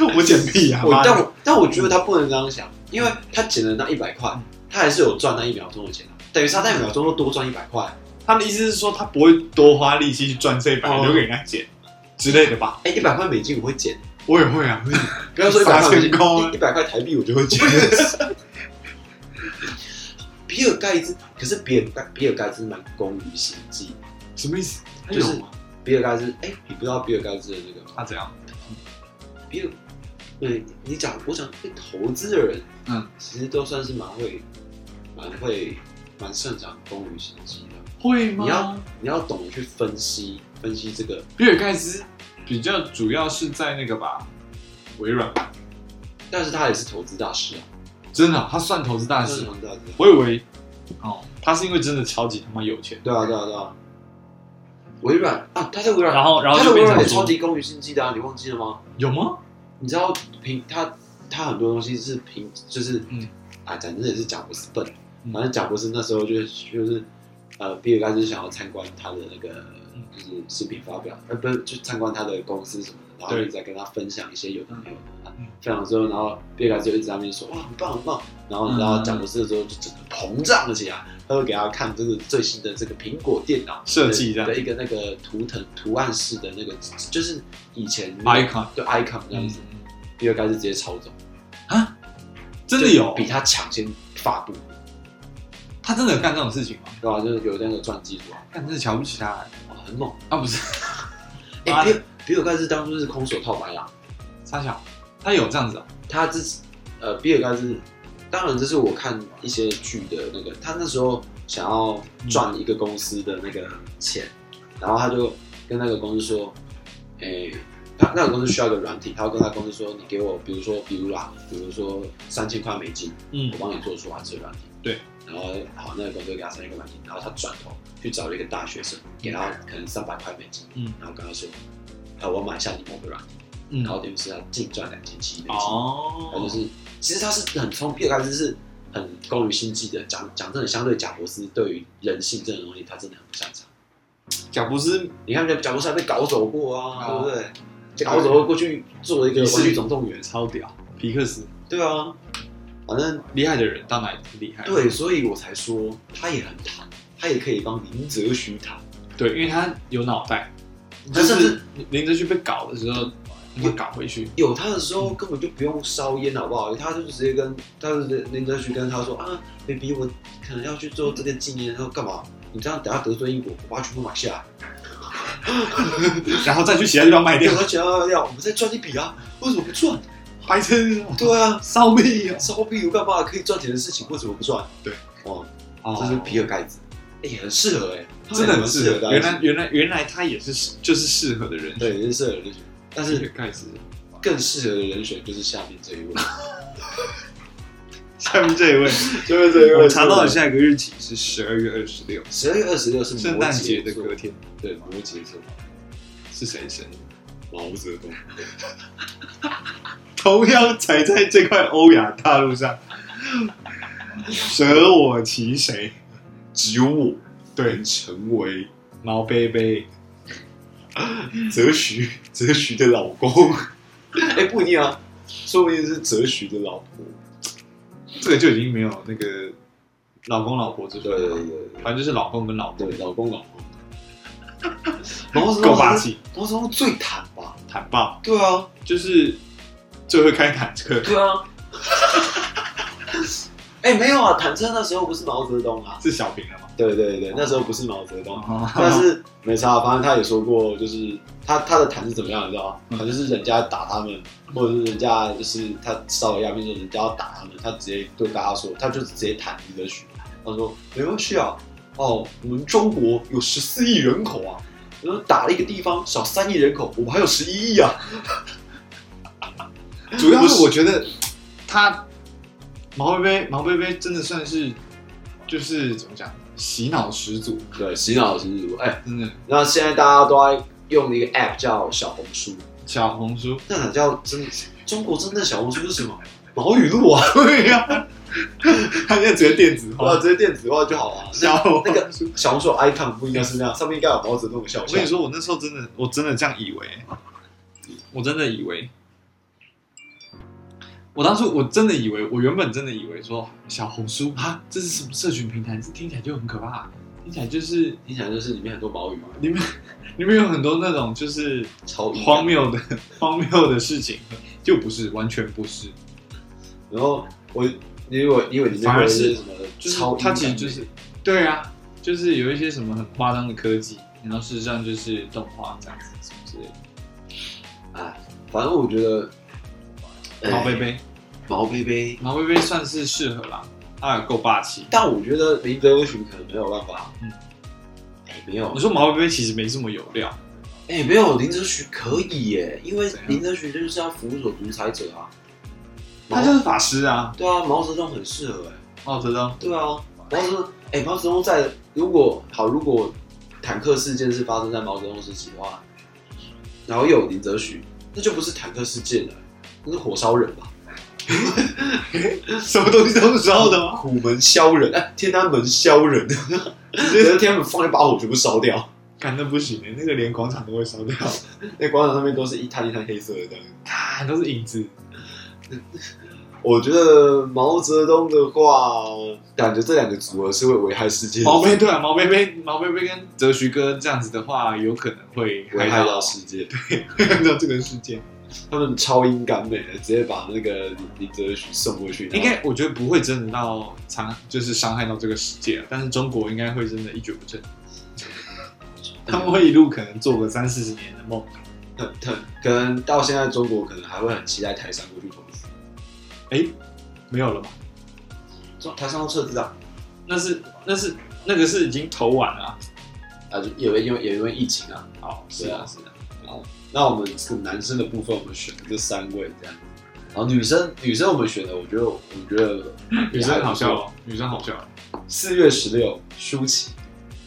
A: 我捡屁啊！
B: 我
A: 妈的
B: 但我但我觉得他不能这样想，因为他捡了那一百
A: 嗯
B: 块，他还是有赚那一秒钟的钱啊，等于是他那一秒钟都多赚一百块。
A: 他的意思是说，他不会多花力气去赚这一百，
B: 哦
A: 留给人家捡之类的吧？
B: 哎，一百块美金我会捡，
A: 我也会 啊，
B: 不要说一百块美
A: 傻钱包啊
B: 金，一百块台币我就会捡。 比尔盖茨，可是比尔盖比尔盖茨蛮功于心计。
A: 什么意思？他
B: 就是
A: 有吗？
B: 比尔盖茨，哎，你不知道比尔盖茨的那个吗？
A: 他怎样？
B: 比尔，对你讲，我讲会投资的人，
A: 嗯，
B: 其实都算是蛮会、蛮会、蛮擅长功于心计的。
A: 会
B: 你要？你要懂得去分析分析这个，
A: 比尔盖茨比较主要是在那个吧，微软吧，
B: 但是他也是投资大师啊，
A: 真的啊、他算投资大
B: 他是
A: 师
B: 投。资大师啊、
A: 我以为，哦，他是因为真的超级他妈有钱，
B: 对啊，对啊，对啊。微软啊，他在微软，
A: 然后然后
B: 他
A: 就
B: 在微
A: 变
B: 软
A: 成
B: 也超级功于心计的啊，你忘记了吗？
A: 有吗？
B: 你知道凭他他很多东西是凭就是
A: 嗯
B: 嗯啊，反正也是贾博士笨，
A: 嗯
B: 反正贾博士那时候就是就是呃，比尔盖茨想要参观他的那个
A: 嗯
B: 就是视频发表，呃，不是就参观他的公司什么的，然后
A: 对
B: 一直在跟他分享一些有的没有的啊
A: 嗯，
B: 分享之后，然后比尔盖茨就一直在那边说哇很棒很棒，然后你知
A: 嗯
B: 道贾博士之后就整个膨胀了起来，他会给他看这个最新的这个苹果电脑
A: 设计这样
B: 的一个那个图腾图案式的那个，就是以前
A: Icon
B: 对 icon 这样
A: 嗯
B: 子，比尔盖茨直接操纵，
A: 啊，真的有
B: 就比他抢先发布，
A: 他真的有干这种事情吗？
B: 对吧？就是有那个传记图啊，
A: 干真的瞧不起他欸
B: 哇，很猛。
A: 啊，不是
B: 哎、
A: 啊
B: 比尔比尔盖茨当初是空手套白狼，
A: 沙小， 他有这样子哦，
B: 他之呃比尔盖茨，当然这是我看一些剧的那个，他那时候想要赚一个公司的那个钱，然后他就跟那个公司说，哎、他那个公司需要一个软体，他要跟他公司说，你给我，比如说，比如啦，比如说三千块美金，
A: 嗯
B: 我帮你做出来这个软体。
A: 对。
B: 然后好，那个公司给他三千块美金，然后他转头去找了一个大学生，给他可能三百块美金，
A: 嗯
B: 然后跟他说，啊，我买下你某个软体，
A: 嗯
B: 然后等于是他净赚两千七美金。然后
A: 哦
B: 就，是，其实他是很聪，比尔盖茨是很工于心计的。讲讲真的，相对贾博士对于人性这种东西，他真的很不擅长。
A: 贾布斯
B: 你看，贾博士还被搞走过啊，
A: 哦
B: 对不对？就搞走过去做了一个
A: 你
B: 《
A: 是
B: 玩具总动员》，
A: 超屌，皮克斯
B: 对啊，反正
A: 厉害的人到哪里都厉害，
B: 对，所以我才说他也很谈，他也可以帮林则徐谈。
A: 对，因为他有脑袋，
B: 他
A: 就
B: 甚至
A: 是林则徐被搞的时候，他就搞回去，
B: 有他的
A: 嗯
B: 时候根本就不用烧烟，好不好？他就直接跟他就直接林则徐跟他说啊，baby，我可能要去做这个纪念，他说干嘛？你这样等下得罪英国，我把它全部买下来。
A: 然后再去其他地方卖掉
B: 有，了钱要要，我们再赚一笔啊！为什么不赚？
A: 白痴哦，
B: 对啊，
A: 烧屁哦，
B: 烧币有干嘛？可以赚钱的事情，为什么不赚？
A: 对，
B: 哦，
A: 哦
B: 这是比尔盖茨，哎、也很适合哎、他
A: 真
B: 们
A: 的啊很
B: 很
A: 适
B: 合
A: 合，
B: 的，
A: 原来原来原来他也是就是适合的人选，
B: 对，也是适合的人选。但
A: 比
B: 是
A: 尔盖茨。
B: 更适合的人选就是下面这一位，
A: 下面 这一位，
B: 就是这
A: 我查到了下一个日期是十二月二十六，
B: 十二月二十六是摩羯座
A: 圣诞节的隔，天
B: 对，摩羯座，
A: 是谁生日？
B: 毛泽东，
A: 同样踩在这块欧亚大陆上，舍我其谁？
B: 只有我
A: 对，
B: 成为
A: 毛贝 贝，
B: 哲学哲学的老公。 哎、不一定啊，说不定是哲学的老婆。
A: 这个就已经没有那个老公老婆之分
B: 对对对
A: 了，
B: 对。
A: 反正就是老公跟老婆
B: 呃对，老公老公。 毛泽东
A: 够霸，气，
B: 毛泽东最坦吧？
A: 坦爆，
B: 对啊，
A: 就是最会开坦克，
B: 对啊。哎、没有啊，坦克那时候不是毛泽东啊。
A: 是小平了吗？
B: 对对对，那时候不是毛泽东，啊 但
A: 但
B: 是没差，反正他也说过，就是他他的坦是怎么样，你知道吗？
A: 嗯
B: 他就是人家打他们，或者是人家就是他烧了鸦片，说人家要打他们，他直接对大家说，他就直接坦林则徐，他说没关系啊，哦，我们中国有十四亿人口啊，然后打了一个地方少三亿人口，我们还有十一亿啊，
A: 主要是我觉得他毛贝贝，毛贝贝真的算是就是怎么讲，洗脑始祖，
B: 对，洗脑是如哎、
A: 真的。
B: 那现在大家都在用一个 app 叫小红书，
A: 小红书，
B: 那哪叫真中国真正小红书是什么？毛语录啊，
A: 对呀、他现在直接电子
B: 我要
A: 化。
B: 直接电子化就好了、啊。
A: 小红
B: 那个
A: 书，
B: 小红书的 icon 不应该是那样，上面应该有毛泽东的肖
A: 我
B: 像。
A: 跟你，说，我那时候真的，我真的这样以为，我真的以为，我当初我真的以为，我原本真的以为说小红书啊，这是什么社群平台？这听起来就很可怕，听起来就是
B: 听起来就是里面很多毛语嘛，
A: 里面里面有很多那种就是
B: 超硬的
A: 荒。谬的 荒谬的事情，就不是，完全不是，
B: 然后我，你以为你以为里面
A: 反而
B: 会
A: 是
B: 什么？
A: 就是
B: 超硬
A: 它其实
B: 感
A: 就是对啊，就是有一些什么很夸张的科技，然后事实上就是动画这样子什么之类的。
B: 哎，反正我觉得
A: 毛贝，贝。
B: 哎毛贝贝。
A: 毛贝贝算是适合啦，他也够霸气。
B: 但我觉得林则徐可能没有办法。
A: 嗯
B: 哎，没有
A: 你，说毛贝贝其实没这么有料，
B: 哎，没有林则徐可以耶，因为
A: 怎样
B: 林则徐就是要辅佐独裁者啊。
A: 他就是法师啊，
B: 对啊，毛泽东很适合哎。
A: 毛泽 东。
B: 对啊，毛泽东，哎、毛泽东在如果好，如果坦克事件是发生在毛泽东时期的话，然后又有林则徐，那就不是坦克事件了，那是火烧人吧？
A: 什么东西都是烧的吗？
B: 虎门销人，哎、天安门销人，直接天安门放一把哦火全部烧掉，
A: 干那不行、欸，那个连广场都会烧掉，啊
B: 那广场上面都是一滩一滩黑色的这样。
A: 看都是影子。
B: 我觉得毛泽东的话，感觉这两个组合是会危害世界的，
A: 毛贝对啊，毛贝贝毛贝贝跟哲学哥这样子的话，有可能会
B: 危害到世界。
A: 危害 到这个世界。
B: 他们超英赶美的，直接把那个林则徐送过去，然后
A: 应该我觉得不会真的到伤，就是伤害到这个世界啊，但是中国应该会真的一蹶不 振。他们会一路可能做个三四十年的梦，
B: 很很可能到现在中国可能还会很期待台商过去投资，
A: 哎，没有了吧？
B: 中台商都撤资啊，
A: 那是那是那个是已经投完了、啊。
B: 啊就也因为也因为疫情啊，
A: 好，
B: 是啊是啊。好，那我们这个男生的部分，我们选这三位这样。然后女生女生我们选的，我觉得我 觉得
A: 女生好笑哦，女生好笑哦。
B: 四月十六，舒淇，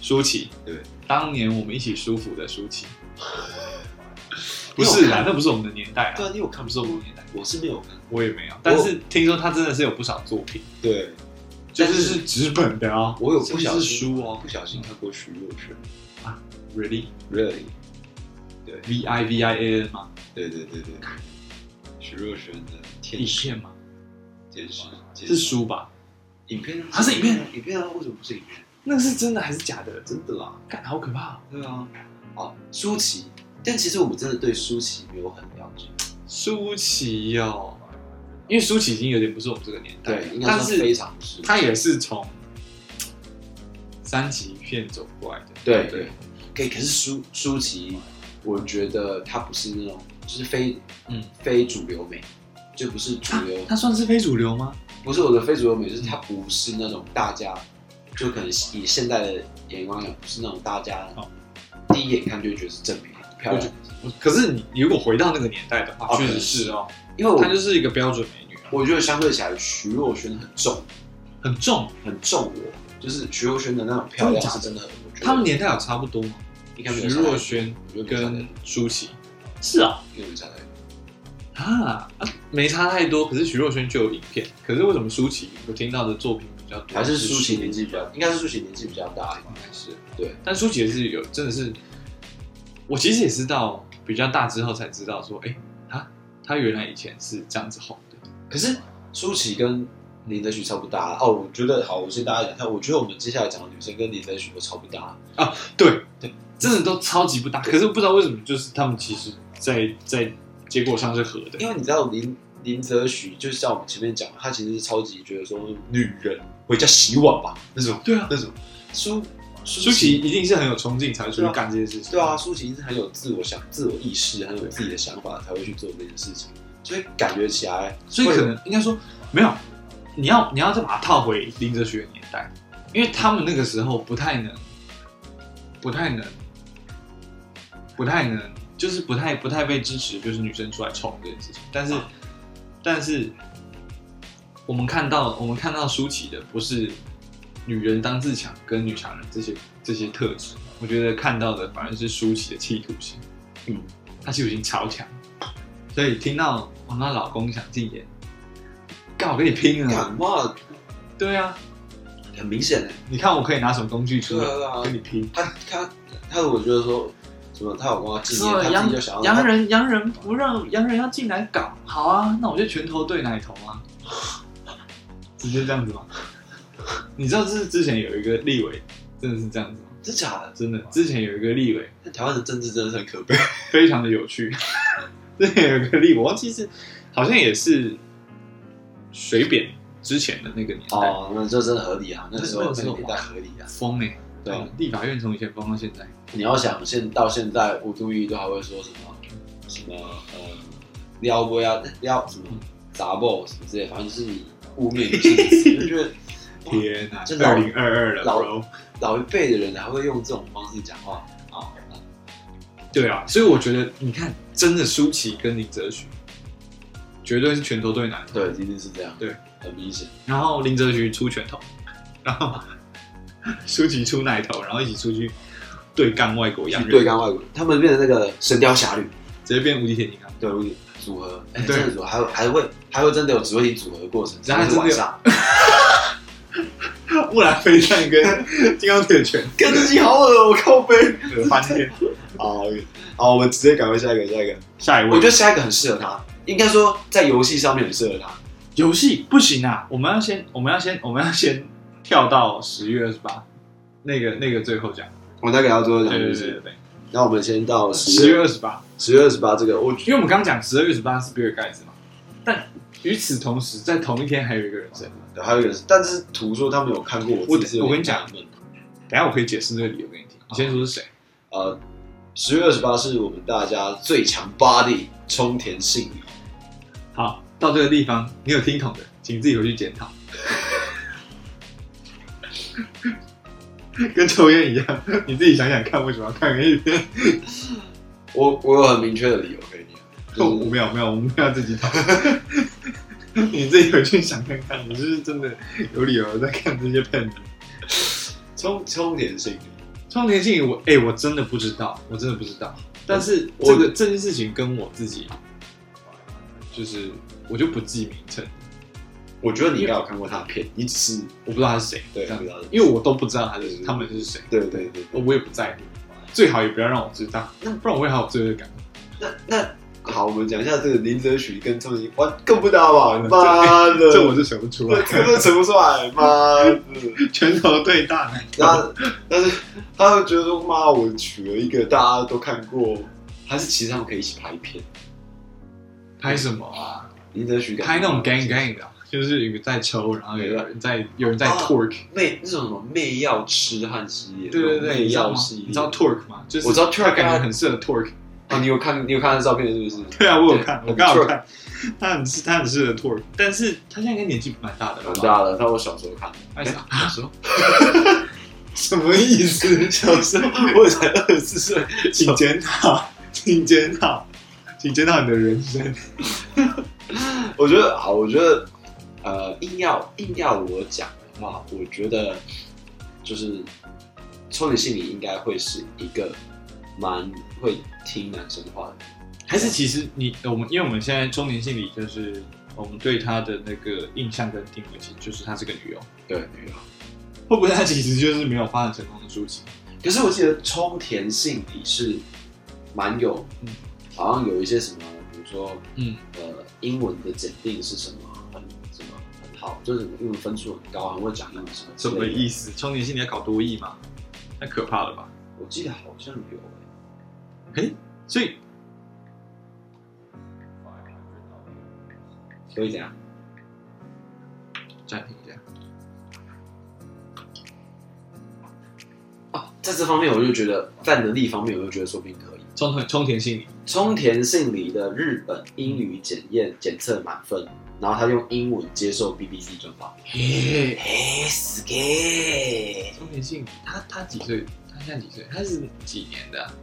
A: 舒淇，
B: 对，
A: 当年我们一起舒服的舒淇， 不是啊啦，那不是我们的年代
B: 对啊，
A: 啊，
B: 因为我看
A: 那
B: 不
A: 不是
B: 是我
A: 我们的年代，
B: 我是没有看，
A: 我也没有。但是听说他真的是有不少作品，
B: 对
A: 就是是纸本的哦，
B: 我有
A: 甚
B: 不
A: 至
B: 小
A: 是
B: 心
A: 书哦
B: 不小心看过徐若瑄
A: ，really
B: ，really，
A: v i v i a n 吗？
B: 对对对对，徐若瑄的天
A: 影
B: 使
A: 片吗？
B: 天使
A: 是，书吧？
B: 影片啊
A: 它是影片啊
B: 影片啊，为什么不是影片？
A: 那是真的还是假的？
B: 真的啦，
A: 干好可怕哦！
B: 对啊，啊，舒淇，但其实我们真的对舒淇没有很了解，
A: 舒淇哦，因为舒淇已经有点不是我们这个年代了，
B: 应该
A: 但
B: 算非
A: 是
B: 常不是，
A: 她也是从三级片走过来的。
B: 对对，可以，可是舒舒淇，我觉得她不是那种就是非
A: 嗯
B: 非主流美，就不是主
A: 啊
B: 流，
A: 她算是非主流吗？
B: 不是我的非主流美，就是她不是那种大家就可能以现在的眼光讲，不是那种大家
A: 哦
B: 第一眼看就会觉得是正美漂亮的，
A: 可是你你如果回到那个年代的话，
B: 哦
A: 确实是哦，
B: 因为我
A: 她就是一个标准美女啊，
B: 我觉得相对起来徐若瑄很重。
A: 很重。
B: 很重我，就是徐若瑄的那种漂亮是真的很，我觉得
A: 他们年代有差不多吗？
B: 应该没
A: 徐
B: 有差太哦
A: 若
B: 多，
A: 瑄
B: 我觉得没有差太
A: 跟
B: 多
A: 舒淇是啊，
B: 应该没差太多。
A: 啊，啊没差太多。可是徐若瑄就有影片，可是为什么舒淇我听到的作品比较多？
B: 还是舒淇年纪比较，应该是舒淇年纪比较大，应该是对，
A: 但舒淇也是有，真的是，我其实也是到比较大之后才知道说，哎、她她原来以前是这样子红的。
B: 可是舒淇跟林则徐差不多大哦，我觉得好，我先大家讲一下，我觉得我们接下来讲的女生跟林则徐都超不搭，
A: 对对，真的都超级不搭。可是不知道为什么，就是他们其实在在结果上是合的。
B: 因为你知道林林则徐，就是像我们前面讲的，他其实是超级觉得说女人回家洗碗吧那种
A: 对啊，
B: 那种，舒舒
A: 舒淇一定是很有冲劲才会出去干这些事情。
B: 对啊，舒淇是很有自我想、自我意识，很有自己的想法才会去做这件事情，所以感觉起来，
A: 所以可能应该说没有，你要你要再把它套回林则徐的年代，因为他们那个时候不太能，不太能，不太能，就是不太不太被支持，就是女生出来冲这件事情。但是、但是我们看到我们看到舒淇的不是女人当自强跟女强人这些这些特质，我觉得看到的反而是舒淇的企图心。
B: 嗯，
A: 她企图心超强，所以听到我那老公想禁言，干我跟你拼了！
B: 感冒
A: 对啊，
B: 很明显的，
A: 你看我可以拿什么工具出来
B: 对啊对啊
A: 跟你拼？
B: 他他他，我觉得说什么，他老公要纪念，他自己就想要
A: 人洋人不让洋人要进来搞，好啊，那我就拳头对奶头啊，直接这样子吗？ 你知道这是之前有一个立委真的是这样子吗？
B: 真假的，
A: 真的，之前有一个立委
B: 但台湾的政治真的是很可悲，
A: 非常的有趣。之前有一个立委，我忘记是好像也是水扁之前的那个年代，
B: 哦，那这真的合理啊，那时候
A: 那
B: 那
A: 时
B: 个
A: 候
B: 年代合理啊，
A: 疯哎、欸！
B: 对啊，
A: 立法院从以前疯到现在，
B: 你要想现到现在，吴都义都还会说什么什么呃撩不呀撩什么杂爆什么之类，反正就是你污蔑你自己，就觉 得。哇
A: 天哪、
B: 真
A: 2
B: 的
A: 二零二二了
B: 老
A: bro
B: 老一辈的人还会用这种方式讲话啊，
A: 对啊，所以我觉得你看，真的舒淇跟林则徐绝对是拳头对奶头，
B: 对，一定是这样，
A: 对，
B: 很明显，
A: 然后林则徐出拳头，然后 舒淇出奶头，然后一起出去对干外国洋
B: 去
A: 人，
B: 对，干外国，他们变成那个《神雕侠侣》
A: 直接变无敌铁金刚。
B: 对组合，哎，
A: 对
B: 真的组合，还有还会还会真的有紫薇体组合的过程，
A: 然后
B: 是
A: 真的
B: 晚
A: 有
B: 上，
A: 木兰飞弹跟金刚铁拳
B: 跟自己好恶，我靠 背，
A: 惹翻天。
B: 好，好，我们直接赶快下一个，下一个，
A: 下一
B: 我觉
A: 位，
B: 得下一个很适合他，应该说在游戏上面很适合他，
A: 游戏不行啊，我们要先，我们要先，我们要先跳到十月二十八，那个那个最后讲，
B: 我大概要多
A: 对
B: 讲
A: 对
B: 就
A: 对对
B: 是，
A: 对，
B: 那我们先到
A: 十
B: 十
A: 月
B: 月
A: 二十八，
B: 十月二十八这个，我
A: 因为我们刚刚讲十二月十八是比尔盖茨嘛，但与此同时，在同一天还有一个人生日，
B: 还有一个是，但是图说他没有看过，我自己是
A: 我我跟你
B: 有点
A: 讲
B: 纳闷，
A: 等一下我可以解释这个理由给你听，你先说是谁？
B: 呃，十月二十八是我们大家最强 body 冲田杏里，
A: 好，到这个地方你有听懂的，请自己回去检 讨。跟抽烟一样，你自己想想看为什么要看 A
B: 嗯
A: 片。
B: 我我有很明确的理由可以讲，
A: 哦我
B: 就是
A: 没有没有，我们不要自己讨论。 你自己回去想看看，你是不是真的有理由在看这些片子？
B: 冲冲田杏里，
A: 创田性，我哎、我真的不知道，我真的不知道。但是这个这件事情跟我自己，就是我就不记名称，
B: 我觉得你应该有看过他的片，你只是
A: 我不知道他是谁，
B: 对
A: 这样
B: 不知道是谁
A: 因为我都不知道他是他们是谁。
B: 对对对，
A: 我也不在乎，最好也不要让我知道，不然我会好有罪恶感。
B: 那那。好，我们讲一下这个林则徐跟冲田杏里，哇，更不搭吧？妈的，
A: 这我是想不出来
B: 对，，这个都扯不出来，妈 的！
A: 拳头对大奶头，
B: 那但是他会觉得说，妈，我娶了一个大家都看过，还是其实他们可以一起拍片。
A: 拍什么啊？
B: 林则徐感觉
A: 拍那种 gang gang 的啊，就是有个在抽，然后有人在有人在
B: 哦
A: torque，
B: 媚那种什么媚药痴汉系列，
A: 对对对，
B: 媚
A: 你知道
B: 药
A: 吗
B: 系列，？
A: 你知道 torque 吗？就是
B: 我知道 Torque 啊
A: 他感觉很适合 torque。
B: 啊？你有看你有看他的照片是不是？
A: 对啊，我有看，我
B: 很
A: 刚好
B: Torque
A: 看， 他很他很适合 torque，但是他现在应该年纪蛮大的了
B: 很
A: 吧？
B: 大的，但我小时候看的，
A: 啊哎啥？
B: 小 时候
A: 什么意思？
B: 小时候我才二十四岁，
A: 请哦检讨，请检讨，请检讨你的人生。
B: 我觉得好，我觉得呃，硬要硬要我讲的话，我觉得就是冲你心里应该会是一个蛮会听男生话的人。
A: 还是其实你我们，因为我们现在中年心理就是我们对她的那个印象跟定位，其实就是她是个女优，
B: 对，没有。
A: 会不会她其实就是没有发展成功的书籍？
B: 可是我记得冲田杏里是蛮有，
A: 嗯
B: 好像有一些什么，比如说
A: 嗯，
B: 呃，英文的检定是什么很什么很好，就是英文分数很高，很会讲英文什么之
A: 什
B: 类
A: 么
B: 的
A: 意思？中年心理要搞多艺吗？太可怕了吧！
B: 我记得好像有、欸。
A: 所以
B: 所以怎样？
A: 暂停一下，
B: 啊，在这方面我就觉得，在能力方面我就觉得说不定可以。
A: 冲田冲田心理，
B: 冲田杏里的日本英语检验检测满分，然后他用英文接受 BBC 专访。
A: 嘿，
B: 哎，死给！
A: 冲田心理，她她几岁？她现在几岁？她是几年的啊、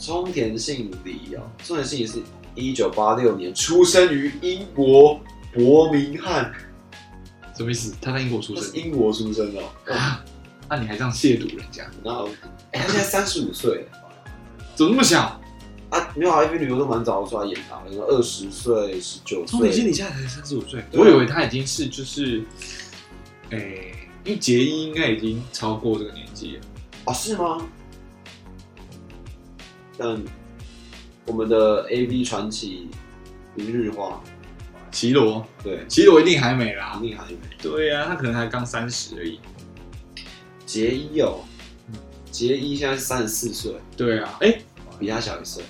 B: 冲田杏里哦，冲田杏里是一九八六年出生于英国伯明翰，
A: 什么意思？她在英国出
B: 他是
A: 生
B: 英国出生的哦。
A: 啊？那你还这样亵渎人家？
B: 然后，哎，他现在三十五岁
A: 怎么那么小？
B: 啊，没有啊，因为女优都蛮早出来演啊，什么二十岁、十九
A: 冲田心
B: 岁。
A: 理现在才三十五岁，
B: 对啊
A: 我以为他已经是就是，诶、因为杰一应该已经超过这个年纪了。
B: 哦，是吗？但我们的 A V 传奇明日花，
A: 绮罗，
B: 对，
A: 绮罗一定还没啦
B: 一。定还没
A: 对呀、啊，他可能才刚三十而已。
B: 杰一哦，杰一现在是三十四岁，
A: 对啊，哎、
B: 比他小一岁。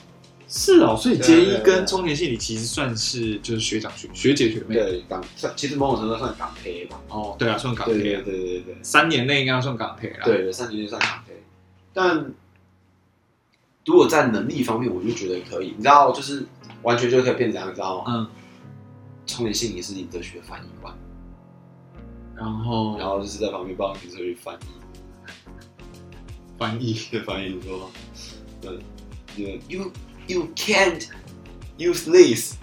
A: 是哦，所以杰一
B: 对啊对啊
A: 跟中田信里其实算是就是学长学学姐学妹。
B: 对，港算其实某种程度上算港配吧。
A: 哦，对啊，算港
B: 对
A: 配
B: 对
A: 啊，
B: 对对对
A: 三年内应该要算港配啦。，
B: 对对，三十年算港配。但如果在能力方面，我就觉得可以。你知道，就是完全就可以变成这样，你知道吗？
A: 嗯，
B: 冲田杏里是林则徐的翻译官，
A: 然后
B: 然后就是在旁边帮林则徐翻译，哦
A: 翻译，
B: 就翻译说，呃，呃 you you can't use this，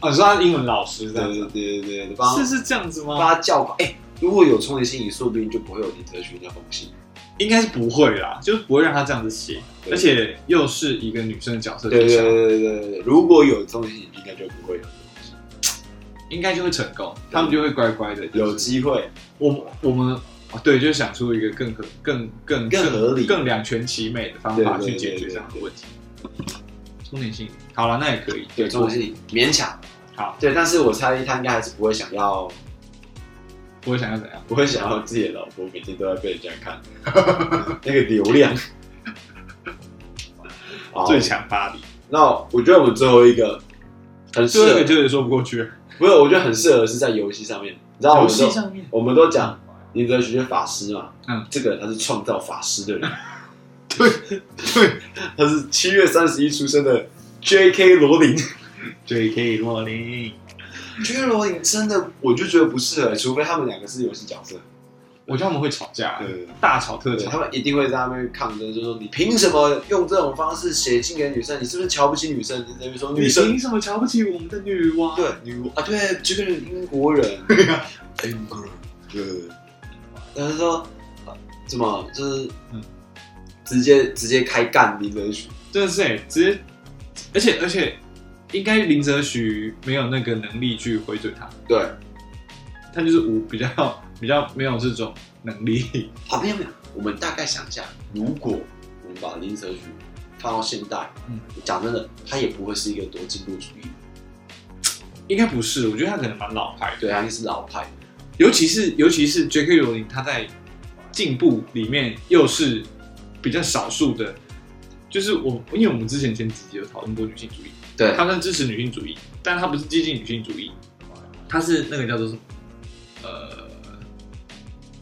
A: 哦，你说他是英文老师这
B: 对
A: 样
B: 对
A: 子，
B: 对对对，帮
A: 是是这样子吗？
B: 帮他叫哎、如果有冲田杏里，说不定就不会有林则徐那封信。
A: 应该是不会啦，就是不会让他这样子写，
B: 对
A: 而且又是一个女生的角色
B: 对
A: 取
B: 对
A: 向，
B: 对对对对，如果有冲田杏里，应该就不会有这种事。
A: 应该就会成功，他们就会乖乖的。
B: 有
A: 就是
B: 机会，
A: 我我们啊对，就想出一个更合、更更
B: 更合理
A: 更两全其美的方法
B: 对
A: 去
B: 对对
A: 解决
B: 对
A: 这样的问题。中年性，好了，那也可以。
B: 对，这种事情勉强，
A: 好，
B: 对，但是我猜他应该还是不会想要，
A: 我想要怎样？
B: 不会想要自己的老婆每天都在被人家 看，那个流量。好
A: 最强巴黎，
B: 那我觉得我们最后一个很适
A: 最后一个，
B: 合
A: 就是说不过去。
B: 不是，我觉得很适合是在游戏上面。你知道我们都
A: 面，
B: 我们都讲林则徐是法师嘛，
A: 嗯，
B: 这个人他是创造法师的人，
A: 对
B: 他是七月三十一出生的 J.K. 罗琳。
A: ，J.K. 罗琳，
B: J.K. 罗琳真的，我就觉得不适合，除非他们两个是游戏角色。
A: 我觉得他们会吵架，
B: 对，
A: 大吵特
B: 对，他
A: 吵。
B: 们一定会在那边抗争，就说你凭什么用这种方式写信给女生？你是不是瞧不起女生？你等于说女
A: 你
B: 生
A: 凭什么瞧不起我们的女王？
B: 对女啊，对，这个人英 国人，英国人，对。但是说啊怎么就是
A: 嗯
B: 直接直接开干林则徐，
A: 真的是哎、直接，而且而且，应该林则徐没有那个能力去回怼他，
B: 对
A: 他就是无比较 比较没有这种能力。
B: 啊，没有没有，我们大概想一下，如果我们把林则徐放到现代，
A: 嗯
B: 讲真的，他也不会是一个多进步主义的，
A: 应该不是，我觉得他可能蛮老派的，
B: 对，他是老派的，
A: 尤其是尤其是 J.K. 罗琳，他在进步里面又是比较少数的，就是我因为我们之前前几集有讨论过女性主义，
B: 对
A: 他算支持女性主义，但他不是激进女性主义，他是那个叫做什么？呃，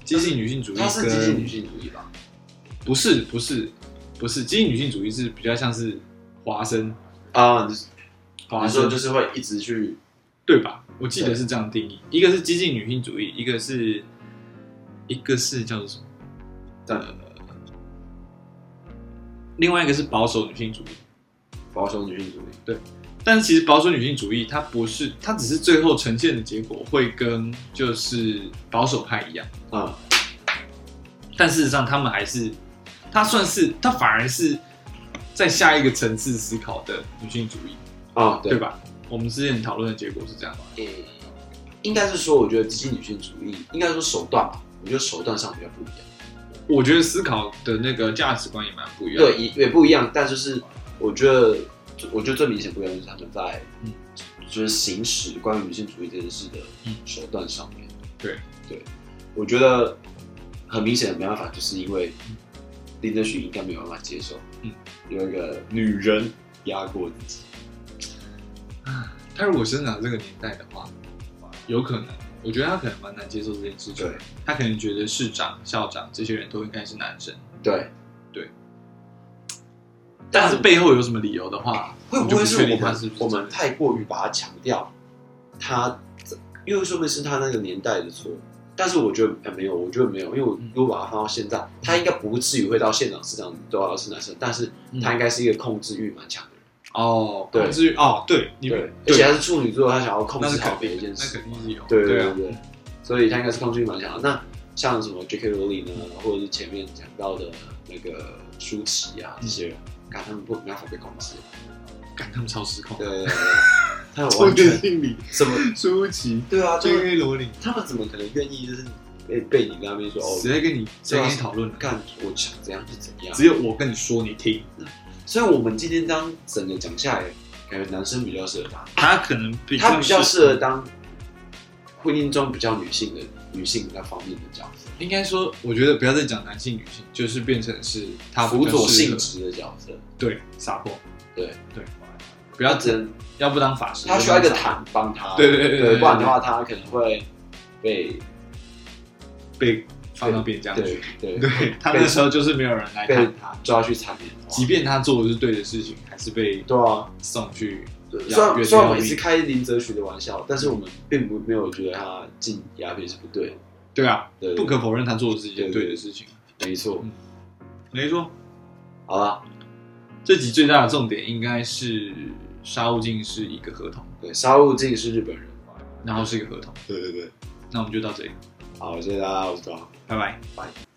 A: 激进女性主义
B: 他是
A: 跟
B: 激进女性主义吧？
A: 不是不是不是激进女性主义是比较像是华生
B: 啊，
A: 华
B: 你说
A: 生
B: 就是会一直去
A: 对吧？我记得是这样定义，一个是激进女性主义，一个是一个是叫做什么？呃，另外一个是保守女性主义。
B: 保守女性主义，
A: 但其实保守女性主义，它不是，它只是最后呈现的结果会跟就是保守派一样，
B: 嗯，
A: 但事实上他们还是，它算是，它反而是在下一个层次思考的女性主义，
B: 啊，
A: 对
B: 对吧？
A: 吧？我们之前讨论的结果是这样，
B: 诶、应该是说，我觉得激进女性主义，应该说手段吧，我觉得手段上比较不一样，
A: 我觉得思考的那个价值观也蛮不一样的。
B: 对，也也不一样，但就是我觉得，我觉得最明显不一样就是他们在，
A: 嗯
B: 就是行使关于女性主义这件事的
A: 嗯
B: 手段上面，
A: 对
B: 对，我觉得很明显的没办法，就是因为林则徐应该没有办法接受，
A: 嗯
B: 有一个女人压过自己，
A: 他如果生长这个年代的话，有可能，我觉得他可能蛮难接受这件事情。
B: 对，
A: 他可能觉得市长、校长这些人都应该是男生，
B: 对，
A: 对，但
B: 但
A: 是
B: 是
A: 背后有什么理由的话，
B: 会不会
A: 是
B: 是我
A: 他
B: 们
A: 是不是
B: 我们太过于把它强调，他，因为说明是他那个年代的错。但是我觉得、呃没有，我觉得没有，因为我
A: 嗯
B: 如果把它放到现在，他应该不至于会到现场市场都要是男生，但是他应该是一个控制欲蛮强的人，
A: 哦，
B: 对
A: 控制欲哦，对，你
B: 对，而且他是处女座，他想要控
A: 那
B: 制
A: 是
B: 好
A: 肯
B: 每
A: 定的，
B: 一件
A: 那
B: 事，
A: 肯定是有，
B: 对
A: 对
B: 对
A: 啊，
B: 对，所以他应该是控制欲蛮强的。那像什么 J.K. 罗琳呢，或者是前面讲到的那个舒淇啊这些人，看他们不没办法被控制，
A: 感他们超失控
B: 对，对对，对他们完全
A: 心理，
B: 什么
A: 舒淇
B: 对啊，就
A: ，J.K. 罗琳，
B: 他们怎么可能愿意就是被被你在那边说
A: 谁
B: 哦，
A: 在跟你谁在跟你讨论呢？
B: 干我想怎样就怎样？
A: 啊只有我跟你说，你听。
B: 所以我们今天当整个讲下来，感觉男生比较适合当，
A: 他可能比
B: 他比较适合当婚姻中比较女性的女性那方面的角色，
A: 应该说，我觉得不要再讲男性女性，就是变成是他
B: 辅佐
A: 性
B: 性质的角色，
A: 对撒泼，
B: 对
A: 对，不要
B: 他只能
A: 要不当法师，
B: 他需要一个
A: 要不当
B: 坦帮他，
A: 对对对对对
B: 不然的话他可能会被
A: 被放到边疆
B: 对
A: 去。
B: 对
A: 对他那时候就是没有人来
B: 被
A: 看他，
B: 抓去缠绵，
A: 即便他做的是对的事情，还是被
B: 对啊。
A: 送去
B: 对
A: 要
B: 虽然
A: 越
B: 虽然我
A: 要
B: 们一
A: 命
B: 直开林则徐的玩笑，但是我们并不没有觉得他进鸦片是不对的。
A: 对啊，
B: 对
A: 不可否认他做的是一件
B: 对
A: 对
B: 对
A: 的事情。
B: 没错
A: 嗯，没错，
B: 好了，
A: 这集最大的重点应该是沙悟净是一个合同，
B: 对，沙悟净是日本人。
A: 然后是一个合同，
B: 对对对，
A: 那我们就到这里，
B: 好，谢谢大家，我是庄。
A: 拜拜。